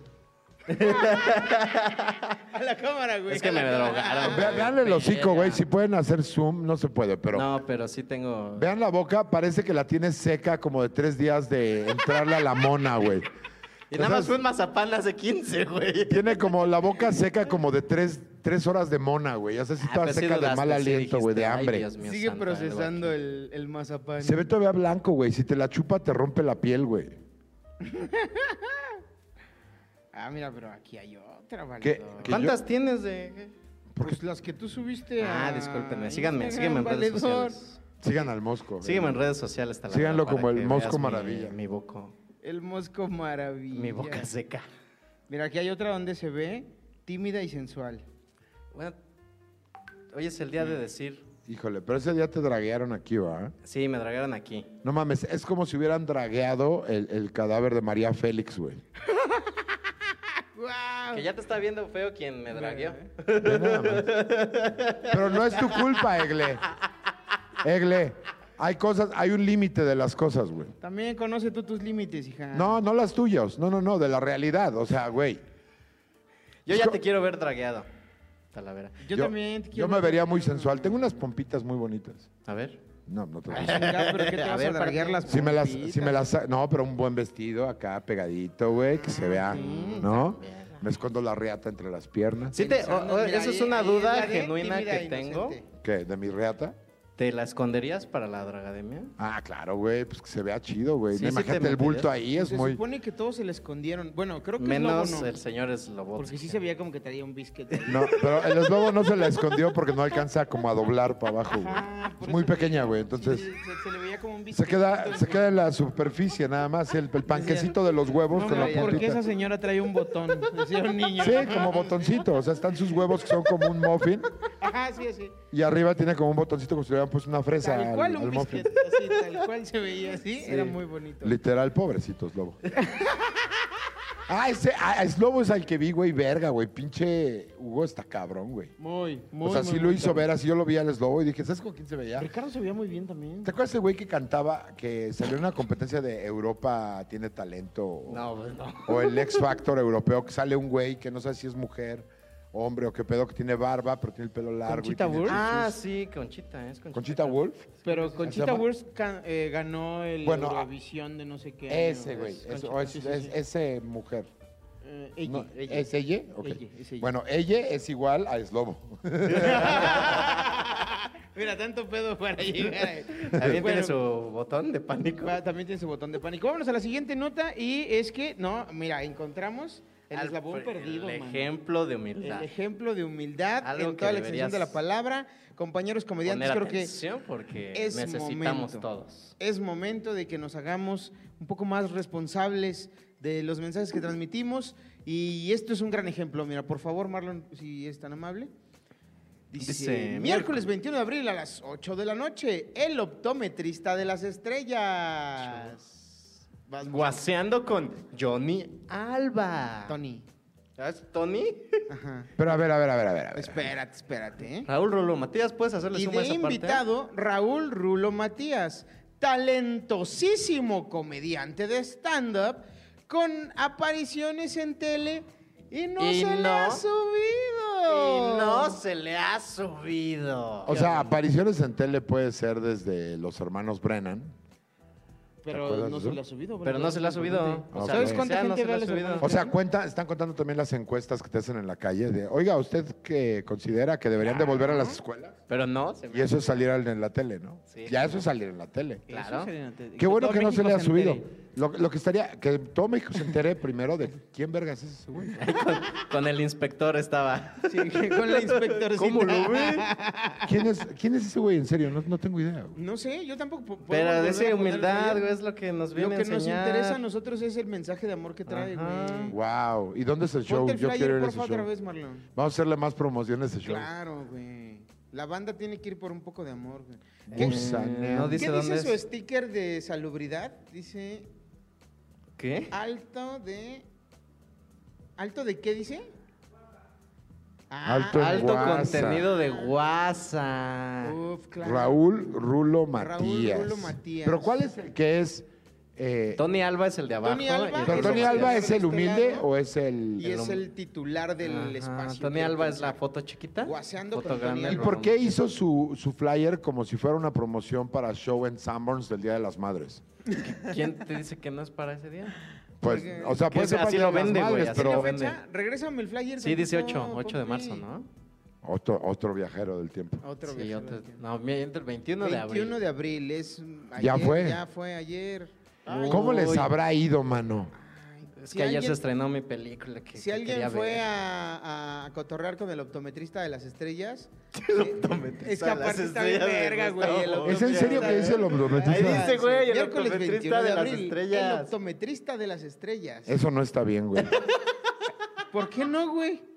A la cámara, güey.
Es que me drogaron.
Ve- veanle el hocico, güey. Si pueden hacer zoom, no se puede, pero.
No, pero sí tengo.
Vean la boca, parece que la tiene seca como de tres días de entrarle a la mona, güey.
Y nada
Entonces,
más fue un mazapán hace 15, güey.
Tiene como la boca seca como de tres, tres horas de mona, güey. Ya sé si
Ah,
toda
pero sí
seca de
dudaste,
mal
sí
aliento, güey, de
dijiste, "Ay,
hambre.
Dios mío,
Sigue
santo,
procesando
algo
el, el mazapán.
Se ve todavía blanco, güey. Si te la chupa, te rompe la piel, güey.
Ah, mira, pero aquí hay otra, vale.
¿Qué-
aquí.
que
¿Cuántas tienes de.?
Pues las que tú subiste
Ah,
a
discúlpenme. Síganme,
Instagram,
sígueme en redes
valedor.
sociales.
Sigan al mosco.
Sígueme en redes sociales, Talavera.
Síganlo
para
como el
que
Mosco
veas mi-
Maravilla.
Mi boco.
El mosco maravilla.
Mi boca seca.
Mira, aquí hay otra donde se ve tímida y sensual.
Bueno, hoy es el día
Mm.
de decir.
Híjole, pero ese día te draguearon aquí, ¿va?
Sí, me dragaron aquí.
No mames, es como si hubieran dragueado el, el cadáver de María Félix, güey.
Que ya te está viendo feo quien me dragueó.
Ve nada más. Pero no es tu culpa, Egle. Egle, hay cosas, hay un límite de las cosas, güey.
También conoce tú tus límites, hija.
No, no las tuyas, no, no, no, de la realidad, o sea, güey.
Yo ya te quiero ver dragueado. Talavera.
Yo, también te quiero
Yo me
ver
vería muy
dragueado.
sensual. Tengo unas pompitas muy bonitas.
A ver.
No, no te las
Ya, pero ¿qué te
A
vas
ver,
a
¿para
draguear
qué?
las
si me las,
pompitas?
si me las, sa- no, pero un buen vestido acá pegadito, güey, que
Ah,
se vea, ¿no? Me escondo la reata entre las piernas.
Sí te, o-
Pensando,
o-
mira,
eso es
ahí-
una
ahí
duda
la de
genuina
tímida
que
e
tengo.
inocente.
¿Qué? ¿De mi reata?
¿Te la esconderías para la dragademia?
Ah, claro, güey, pues que se vea chido, güey.
Sí,
No,
sí te
Imagínate el bulto ahí, es
Se
muy.
supone que todos se le escondieron. Bueno, creo que el
Menos
lobo no,
el señor es lobo.
Porque sí se veía como que traía un biscuit.
No, pero el eslobo no se la escondió porque no alcanza como a doblar para abajo, güey. Es muy pequeña, güey, entonces.
Sí, se, se le veía como un
Se
biscuit.
queda, se queda en la superficie nada más, el, el panquecito de los huevos
No,
con la
ma, ¿Por qué
puntita.
esa señora trae un botón? Decía un niño.
Sí, como botoncito. O sea, están sus huevos que son como un muffin
Ajá, sí, así.
y arriba tiene como un botoncito como si le hubieran puesto una fresa
Tal
al,
cual un
al muffin.
biscuit. Así, tal cual se veía así. Era muy bonito.
Literal, pobrecitos, lobo. Ah, ese ah, es lobo es al que vi, güey, verga, güey. Pinche Hugo está cabrón, güey.
Muy, muy.
O sea, sí
muy
lo
bonito.
hizo ver, así yo lo vi al Slobo y dije, ¿sabes con quién se veía?
Ricardo se veía muy bien también.
¿Te acuerdas del güey que cantaba, que salió en una competencia de Europa tiene talento? o-
No, pues no.
O el X Factor europeo, que sale un güey que no sabe si es mujer, hombre o qué pedo, que tiene barba, pero tiene el pelo largo. y
¿Conchita
tiene
Wurst?
chichis.
Ah, sí, Conchita, es Conchita.
¿Conchita Wolf?
Pero Conchita
llama-
Wurst can- eh, ganó el
Bueno, ah,
Eurovisión de no sé qué. año.
Ese güey,
Es
es-
Conchita,
o es-
sí, sí,
es-
sí.
ese mujer.
Eh, ella,
No,
ella.
¿Es ella? Ok.
Ella, es ella.
Bueno, ella es igual a Slobo.
Mira, tanto pedo para llegar a
También
Bueno,
tiene su botón de pánico.
va, también tiene su botón de pánico. Vámonos a la siguiente nota y es que, no, mira, encontramos el
Al-
eslabón perdido,
El
mano.
ejemplo de
El
humildad.
ejemplo de humildad
Algo
en
que
toda la
deberías
extensión de la palabra. Compañeros comediantes,
Poner
creo que
atención porque
es
necesitamos
momento.
todos.
es momento de que nos hagamos un poco más responsables de los mensajes que transmitimos. Y esto es un gran ejemplo. Mira, por favor, Marlon, si es tan amable. Dice,
Dice,
miércoles 21 de abril a las 8 de la noche, el optometrista de las estrellas. Vas,
Guaseando con Johnny Alba.
Tony.
¿Sabes, Tony?
Ajá.
Pero a ver, a ver, a ver, a ver. A ver.
Espérate, espérate. ¿eh?
Raúl Rolo Matías, ¿puedes hacerle
Y
suma a
de
esa
invitado, Raúl Rulo Matías, talentosísimo comediante de stand-up, con apariciones en tele y no
Y
se le ha
no.
subido.
parte? Y no se le ha subido.
O sea, apariciones en tele puede ser desde los hermanos Brennan. acuerdas
Pero no
de
se
eso?
le ha subido.
Pero no se la ha subido.
Ah, ok.
¿Sabes
lo que
cuánta
sea, no
gente
se la
ve
ha
a los
subido.
O sea, cuenta, están contando también las encuestas que te hacen en la calle de, oiga, ¿usted que considera que deberían devolver a las escuelas?
Pero no, se me-
Y eso es salir al- en la tele, ¿no?
Sí.
Ya eso es salir en la tele.
claro.
Qué bueno que no se le ha subido. Lo, lo que estaría, que todo México se entere primero de quién vergas es ese güey.
con el inspector estaba.
con la inspectorcita.
¿Quién es, quién es ese güey? En serio, no, no tengo idea. güey.
No sé, yo tampoco. po- puedo
Pero
volver
de
a
esa
poner el
humildad,
taller.
güey, es lo que nos
Lo
viene
que
a enseñar.
nos interesa a nosotros es el mensaje de amor que trae,
Ajá.
güey.
Wow. ¿Y dónde es el show?
Ponte el
Yo quiero
flyer,
ir a
por
ese
favor, otra
show.
vez, Marlon.
Vamos a hacerle más promociones a ese show.
Claro, güey. La banda tiene que ir por un poco de amor, güey. ¿Qué,
Gusanea.
no
qué
dice
dice,
dónde
su
es.
sticker de salubridad? Dice
¿Qué?
alto de. ¿Alto de qué dice? Ah,
Alto en
Alto
Guasa.
contenido de guasa.
Uf, claro.
Raúl Rulo Matías.
Rulo Matías.
¿Pero cuál es el que es? eh,
Tony Alba es el de abajo.
Tony Alba.
y-
¿Pero Tony Alba es el humilde
Este lado.
o es el...?
Y es
hom-
el titular del
Ajá,
espacio.
Tony
que-
Alba es la foto chiquita.
Guaseando
foto
con Tony
grande,
Alba.
¿Y por qué hizo su, su flyer como si fuera una promoción para show en Sanborns del Día de las Madres?
¿Quién te dice que no es para ese día?
Pues,
Porque-
o sea, puede
Porque
ser para
así
el Día
lo
de las
vende, güey,
Madres,
así
¿Tiene
lo
pero
vende.
fecha? Regrésame el flyer.
Sí, 18,
tantito,
8 de marzo,
papi.
¿no?
otro, otro viajero del tiempo.
Otro
Sí,
viaje,
otro-
güey.
no, miento, el 21 de abril.
21 de abril, es mm,
Ya
ayer,
fue.
Ya fue ayer.
¿Cómo les
Uy.
habrá ido, mano?
Ay,
Es
si
que ayer se
alguien-
estrenó mi película. Que,
Si
que
alguien
quería
fue
ver.
a, a cotorrear con el optometrista de las estrellas, eh, es que aparte está bien verga, güey. el
¿Es en serio que dice el
Ahí
optometrista?
dice,
güey, el
Miércoles
optometrista
21
de las
abril,
estrellas.
El optometrista de las estrellas.
Eso no está bien, güey.
¿Por qué no, güey?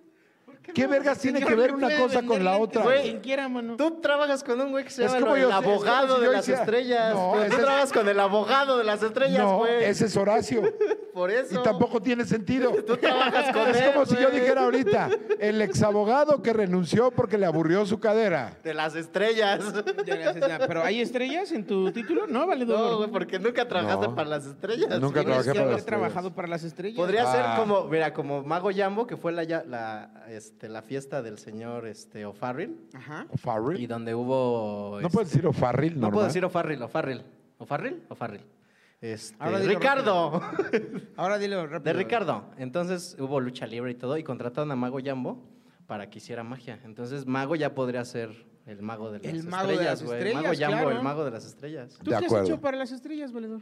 ¿Qué vergas tiene que ver una cosa con la otra?
Güey, quien quiera, mano.
Tú trabajas con un güey que se
Es
llama
como
el,
yo- es como
abogado
si
de
yo
las
hiciera-
estrellas.
No,
pero tú
ese es-
trabajas con el abogado de las estrellas,
No,
güey.
ese es Horacio.
Por
Y
eso.
tampoco tiene sentido.
Tú trabajas con
Es
él,
como si yo
güey.
dijera ahorita, el exabogado que renunció porque le aburrió su cadera.
De las estrellas.
Ya, gracias, ya. Pero hay estrellas en tu título, ¿no? Vale,
No, güey, porque nunca trabajaste
No.
para las estrellas.
Nunca
güey.
trabajé
Tienes que
para
haber
las estrellas.
trabajado para las estrellas.
Podría
Ah.
ser como, mira, como Mago Jambo, que fue la, ya- la, este, la fiesta del señor este, O'Farrill.
Ajá.
Y
O'Farrill.
donde hubo.
No
este,
puedes decir O'Farrill,
No
normal.
puedo decir "Oh, O'Farrill, O'Farrill. ¿O'Farrill? O'Farrill. Este,
Ahora dilo
Ricardo.
Ahora dilo rápido.
De Ricardo. Entonces hubo lucha libre y todo, y contrataron a Mago Jambo para que hiciera magia. Entonces Mago ya podría ser el mago de las
El mago de
estrellas,
las
güey.
estrellas,
Mago Jambo,
claro.
el mago de las estrellas.
¿Tú
De
qué
acuerdo.
has hecho para las estrellas, Valedor?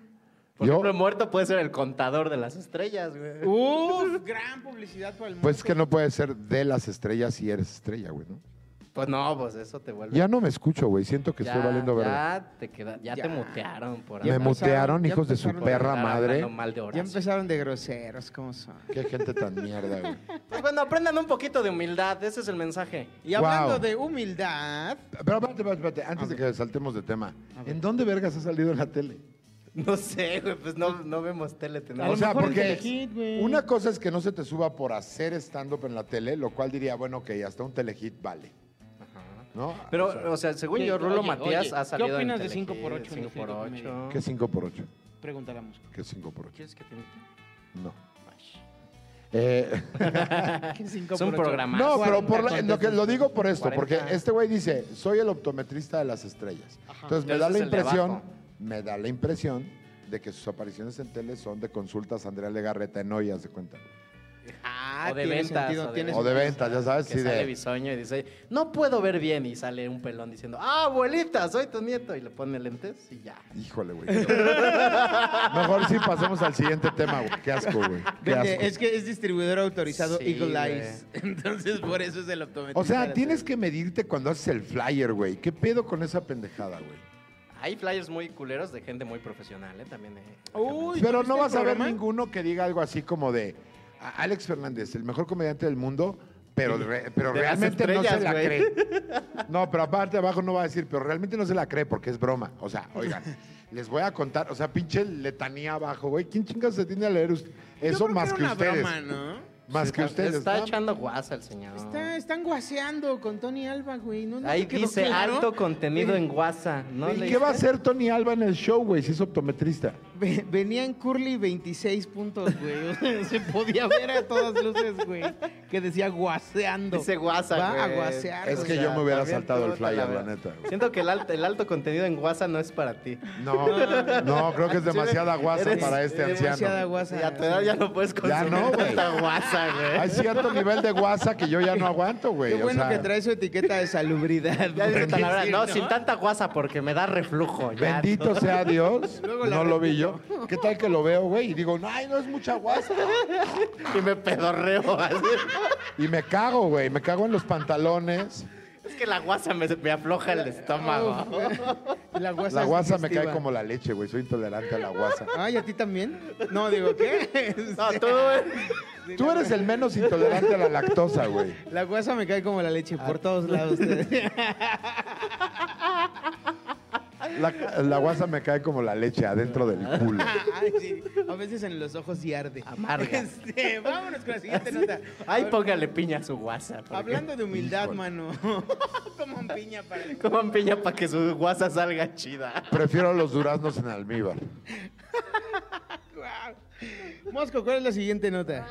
Por
Yo-
ejemplo, el muerto puede ser el contador de las estrellas, güey.
Uh. Uf, gran publicidad para el mundo.
Pues que no puede ser de las estrellas si eres estrella, güey. ¿no?
Pues no, pues eso te vuelve.
Ya no me escucho, güey. Siento que
Ya-
estoy valiendo verga.
ya te queda- ya, te
Ya.
mutearon por
Me
andar-
mutearon,
ya
hijos de su
empezaron a
por
perra
andar
madre.
hablando mal de
Ya
Horacio.
empezaron de groseros, ¿cómo son?
Qué gente tan mierda, güey.
Pues bueno, aprendan un poquito de humildad, ese es el mensaje.
Y hablando
Wow.
de humildad,
Pero espérate, espérate, espérate, antes de que saltemos de tema. ¿En dónde vergas ha salido en la tele?
No sé, güey, pues no, no vemos tele, tenemos
O sea,
mejor en
porque
Telehit, güey.
una cosa es que no se te suba por hacer stand-up en la tele, lo cual diría, bueno, que hasta un telehit vale. ¿No?
Pero, o sea, según
Oye,
yo, Rulo
oye,
Matías
oye,
ha
¿qué
salido
opinas
en
de cinco por
Telehit,
ocho en
cinco
el
por
Felipe Comedia?
ocho.
¿Qué 5 por 8
Pregúntale a Mosco.
¿Qué 5 por 8
¿Quieres que te invite?
No. Eh,
Es un programa.
No, pero por la- lo, que, lo digo por esto, porque este güey dice, soy el optometrista de las estrellas. Entonces me
Pero
da la
ese es el de
impresión,
abajo.
me da la impresión de que sus apariciones en tele son de consultas a Andrea Legarreta en hoy, haz de cuenta.
ah,
O de
tiene
ventas,
sentido,
o de
tiene
O de
sentido.
ventas, ya sabes,
Que
sí,
sale
de...
Bisoño y dice, no puedo ver bien. Y sale un pelón diciendo, ah, abuelita, soy tu nieto. Y le pone lentes y ya.
Híjole, güey. Mejor sí pasemos al siguiente tema, güey. Qué asco, güey. Qué
Vende,
asco.
es que es distribuidor autorizado
Sí,
Eagle
güey.
Eyes. Entonces, por eso es el optometrista.
O sea, tienes que medirte cuando haces el flyer, güey. ¿Qué pedo con esa pendejada, güey?
Hay flyers muy culeros de gente muy profesional, ¿eh? También. eh,
Uy,
Pero
¿viste
no
el
vas a ver
programa?
ninguno que diga algo así como de "A- Alex Fernández, el mejor comediante del mundo, pero, re- pero
De las
realmente no se
estrellas,
la
güey.
cree. No, pero aparte abajo no va a decir, pero realmente no se la cree porque es broma. O sea, oigan, les voy a contar, o sea, pinche letanía abajo, güey. ¿Quién chingas se tiene a leer usted?
Yo
eso
creo
más que,
era una
ustedes?
broma, ¿no?
Más que ustedes.
Está
¿no?
echando guasa el señor.
Está- están guaseando con Tony Alba, güey. ¿No, no
Ahí
te quedó
dice
claro?
alto contenido en guasa. ¿no?
¿Y
Le-
qué va a hacer Tony Alba en el show, güey, si es optometrista?
Ve- Venía en Curly 26 puntos, güey. O sea, Se podía ver a todas luces, güey. Que decía guaseando.
Dice guasa,
Va a
güey.
guasear.
Es
o
güey.
que
sea,
yo me hubiera
también
saltado
tú
el
te
flyer, la
ves.
neta, güey.
Siento que el alto, el alto contenido en guasa no es para ti.
No, no, creo que es demasiada guasa
eres-
para este
eres
Demasiada
anciano.
guasa.
Y a tu edad ya no puedes consumir
no, güey.
tanta guasa, güey.
Hay cierto nivel de guasa que yo ya no aguanto, güey.
Qué
o
bueno
sea,
que trae su etiqueta de salubridad.
Ya dice
güey.
tan la verdad, no, sin tanta guasa porque me da reflujo. ya.
Bendito sea Dios.
Luego la
No lo vi yo. ¿Qué tal que lo veo, güey? Y digo, ay, no es mucha guasa.
Y me pedorreo así.
Y me cago, güey. Me cago en los pantalones.
Es que la guasa me, me afloja el estómago.
La guasa,
La
es
guasa me
digestiva.
cae como la leche, güey. Soy intolerante a la guasa.
Ay, ¿a ti también? No, digo, ¿qué? Este,
No, tú,
Tú eres el menos intolerante a la lactosa, güey.
La guasa me cae como la leche por todos lados.
La, la guasa me cae como la leche adentro del culo.
Ay, sí. A veces en los ojos y arde.
Amarga.
Este, vámonos con la siguiente nota.
Ay, póngale piña a su guasa. porque-
Hablando de humildad, mano. como un piña para el
Coman piña para que su guasa salga chida.
Prefiero los duraznos en almíbar.
Mosco, ¿cuál es la siguiente nota?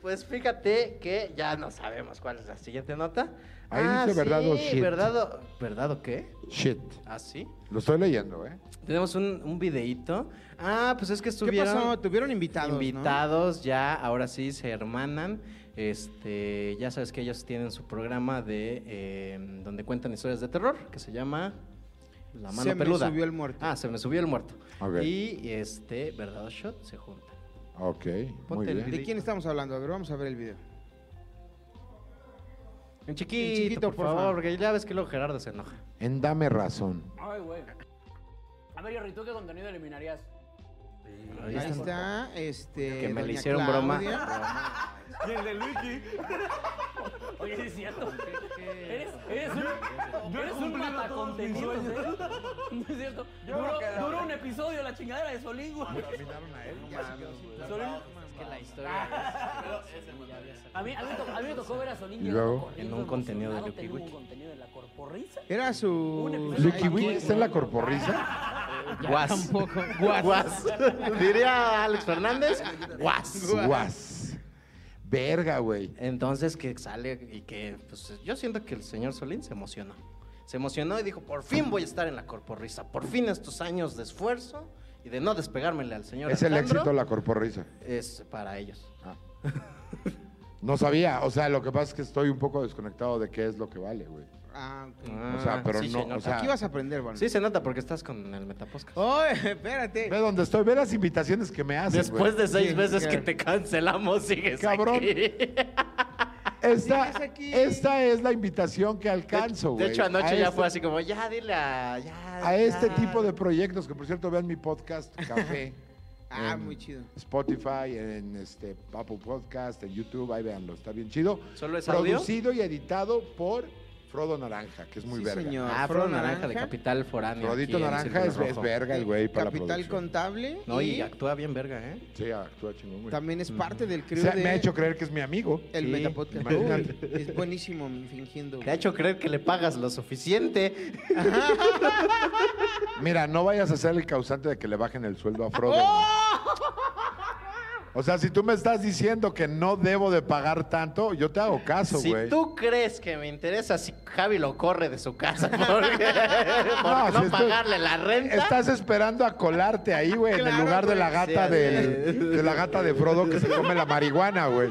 Pues fíjate que ya no sabemos cuál es la siguiente nota. Ah,
Ahí dice verdad o shit.
¿Verdad o, ¿verdad o qué?
Shit.
¿Ah, sí?
Lo estoy leyendo, ¿eh?
Tenemos un, un videíto. Ah, pues es que
¿Qué
estuvieron...
pasó? Tuvieron invitados. ¿no?
invitados ya ahora sí se hermanan este ya sabes que ellos tienen su programa de eh, donde cuentan historias de terror que se llama la mano
Se me
peluda
subió el muerto.
ah se me subió el muerto
Ok.
y este verdad o shot se juntan
Ok, muy
Ponte el
bien.
¿De quién estamos hablando? A ver, vamos a ver el video.
en chiquito,
En chiquito,
por,
por
favor
favor.
porque ya ves que luego Gerardo se enoja
En Dame Razón.
Ay, güey. A ver, Jerry, ¿tú qué contenido eliminarías?
Ahí
Ahí
están.
está, este.
que me le
doña
hicieron
Claudia.
broma
Y el de Luigi. Oye, sí es cierto. Eres, eres un, yo eres un matacontenidos, ¿eh? No es cierto. Duró, duró un episodio la chingadera de Solín, güey. Solín.
la historia
A mí, a mí, me tocó- a mí me tocó ver a Solín
¿Y
llegando
luego?
corriendo,
En un contenido de
emocionado,
Lucky
teniendo
Wiki.
un contenido de la corporrisa.
Era
Un
su.
episodio
¿Lucky Win está en la corporrisa?
guas
Tampoco.
guas, diría Alex Fernández guas
Guas. Verga, güey.
Entonces que sale y que pues yo siento que el señor Solín se emocionó. Se emocionó y dijo, por fin voy a estar en la corporrisa, por fin estos años de esfuerzo y de no despegármele al señor.
Es el
Alejandro,
éxito la corporrisa.
Es para ellos.
No sabía, o sea, lo que pasa es que estoy un poco desconectado de qué es lo que vale, güey.
Ah, ok.
O sea, pero
sí
no,
se nota.
o sea-
Aquí vas a aprender, bueno.
Sí se nota porque estás con el Metapodcast.
Oye, espérate.
Ve dónde estoy, ve las invitaciones que me haces, güey.
Después de seis
Sí,
veces
claro.
que te cancelamos, sigues
Cabrón.
aquí.
Esta,
Sigues aquí.
esta es la invitación que alcanzo, güey.
De hecho,
A
anoche ya
este-
fue así como, ya dile a... ya,
A este
ya".
tipo de proyectos, que por cierto, vean mi podcast Café.
Ah,
en
muy chido.
Spotify, en este Apple Podcast, en YouTube, ahí véanlo, está bien chido.
¿Solo es audio?
Producido y editado por Frodo Naranja, que es muy
Sí,
verga.
señor.
Ah, Frodo Naranja de Capital Foráneo.
Frodito
aquí en
Naranja
Círculo
es, es
Rojo.
verga el güey para la
Capital
producción.
Contable.
No, y actúa bien verga, ¿eh?
Sí, actúa chingón, güey.
también es parte del crew
O sea,
de
Me ha hecho creer que es mi amigo.
el
Sí,
Metapodcast.
imagínate.
Uy, Es buenísimo mi fingiendo.
Te ha hecho creer que le pagas lo suficiente.
Mira, no vayas a ser el causante de que le bajen el sueldo a Frodo. güey.
¡Oh!
O sea, si tú me estás diciendo que no debo de pagar tanto, yo te hago caso,
si
güey.
tú crees que me interesa si Javi lo corre de su casa porque, por
No,
no,
si estoy-
pagarle la renta.
Estás esperando a colarte ahí, güey, en el
Claro,
lugar de
güey.
la gata
Sí,
del,
así.
de la gata de Frodo que se come la marihuana, güey.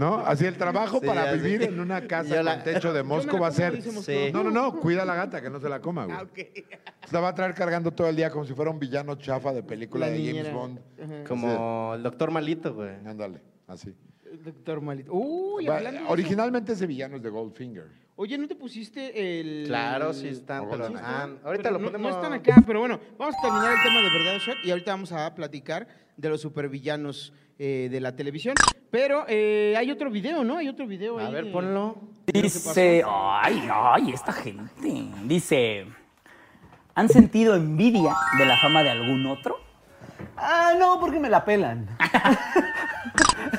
¿No? Así el trabajo
Sí,
para
así.
vivir en una
Yo
casa
la-
con techo de
Yo
mosco
me la
va a
como,
ser.
dice Mosco.
Sí.
No, no, no, cuida a la gata que no se la coma, güey.
Ah, ok.
Se la va a traer cargando todo el día como si fuera un villano chafa de película
La
de James
niñera.
Bond.
Como el doctor malito, güey.
Así, Ándale, así.
Doctor Malito. Uy,
Va-
hablando de eso.
originalmente ese villano es de Goldfinger.
Oye, ¿no te pusiste el.
Claro, sí están, pero
Sí
ah, ahorita
Pero
lo
no-
ponemos.
No, están acá, pero bueno, vamos a terminar el tema de Verdad o Shot y ahorita vamos a platicar de los supervillanos eh, de la televisión. Pero eh, hay otro video, ¿no? Hay otro video
A
ahí
ver,
de-
ponlo.
Dice, ay, ay, esta gente. Dice, ¿han sentido envidia de la fama de algún otro? Ah, no, porque me la pelan.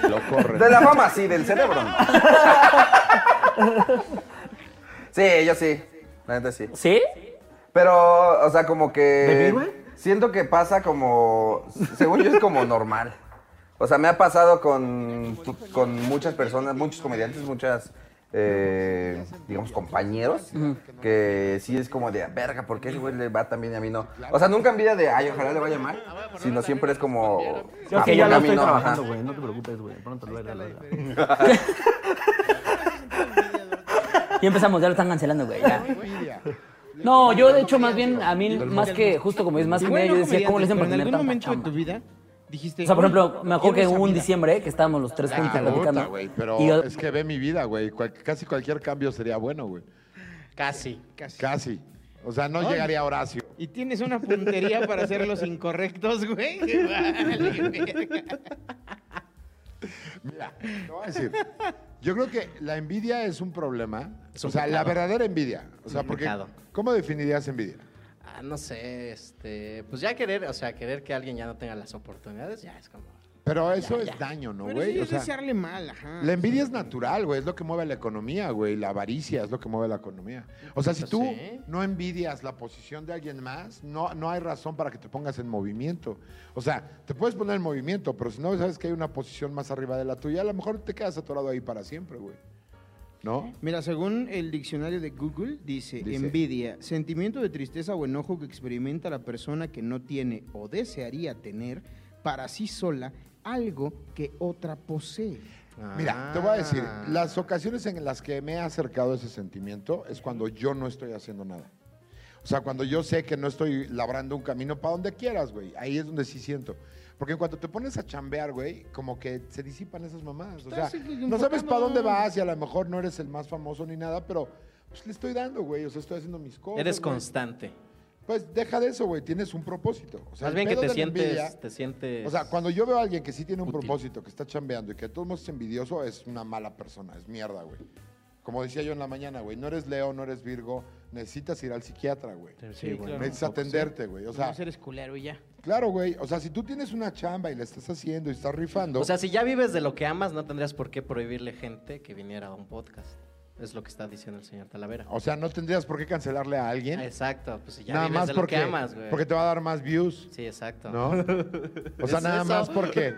Lo corren.
De la fama, sí, del cerebro. no. sí, yo sí. La neta sí.
¿Sí?
Pero, o sea, como que.
¿De viva?
Siento que pasa como. Según yo es como normal. O sea, me ha pasado con, tu- con muchas personas, muchos comediantes, muchas. eh, digamos, compañeros, que sí es como de "Ah, verga, ¿por qué ese güey le va tan bien y a mí no? O sea, nunca en vida de ay, ojalá le vaya mal, sino siempre es como.
Yo
"Ah,
que ya
¿por
lo
qué a mí
estoy
no?" Ajá.
trabajando, güey. No te preocupes, güey. Pronto lo voy a lograr.
Ya empezamos, ya lo están cancelando, güey. ya.
Envidia.
No, yo de hecho más bien a mí más que justo como es más que
Igual
media, yo
no
decía cómo le hacen
comediantes,
para
pero en
tener
algún
tanta
momento de
chamba.
tu vida dijiste.
O sea, por
"Uy,
ejemplo, me acuerdo
quiero
que
esa
hubo un
vida".
diciembre que estábamos los tres juntos
Ah, puta,
platicando.
güey, pero
y yo-
es que ve mi vida, güey. Cual- casi cualquier cambio sería bueno, güey.
Casi.
Casi. O sea, no
Ay.
llegaría Horacio.
Y tienes una puntería para hacer los incorrectos, güey. Qué vale, verga.
Mira, te voy a decir. Yo creo que la envidia es un problema.
Es un
o sea, la
pecado.
verdadera envidia. O sea,
Un
porque.
pecado.
¿Cómo definirías envidia?
Ah, no sé, este, pues ya querer, o sea, querer que alguien ya no tenga las oportunidades, ya es como.
Pero eso es daño, ¿no,
Pero
güey?
eso
O
es
sea,
desearle mal, ajá.
la em- envidia es natural, güey. Es lo que mueve la economía, güey. La avaricia es lo que mueve la economía. O sea, si
Pues
tú
sí.
no envidias la posición de alguien más, no, no hay razón para que te pongas en movimiento. O sea, te puedes poner en movimiento, pero si no sabes que hay una posición más arriba de la tuya, a lo mejor te quedas atorado ahí para siempre, güey. ¿No?
Mira, según el diccionario de Google, dice,
Dice.
envidia, sentimiento de tristeza o enojo que experimenta la persona que no tiene o desearía tener para sí sola algo que otra posee.
Mira, te voy a decir, las ocasiones en las que me he acercado a ese sentimiento es cuando yo no estoy haciendo nada. O sea, cuando yo sé que no estoy labrando un camino para donde quieras, güey. Ahí es donde sí siento. Porque en cuanto te pones a chambear, güey, como que se disipan esas mamadas. O sea,
Estás
no sabes
enfocado.
para dónde vas y a lo mejor no eres el más famoso ni nada, pero pues le estoy dando, güey. O sea, estoy haciendo mis cosas.
Eres
güey.
constante.
Pues deja de eso, güey. Tienes un propósito. O sea,
Más
el
bien que
pedo de
te
la
sientes,
envidia-
te sientes.
o sea, cuando yo veo a alguien que sí tiene un
Útil.
propósito, que está chambeando y que todo el mundo es envidioso, es una mala persona, es mierda, güey. Como decía yo en la mañana, güey, no eres Leo, no eres Virgo, necesitas ir al psiquiatra, güey.
Sí, güey.
claro.
necesitas atenderte, güey. O sea,
Pues no eres culero y ya.
claro, güey. O sea, si tú tienes una chamba y la estás haciendo y estás rifando.
O sea, si ya vives de lo que amas, no tendrías por qué prohibirle gente que viniera a un podcast. Es lo que está diciendo el señor Talavera.
o sea, no tendrías por qué cancelarle a alguien.
Ah, Exacto, pues si ya
nada
vives
más
de
porque,
lo que amas, güey.
porque te va a dar más views,
Sí, exacto.
¿no? O sea,
Es
nada
eso.
más porque.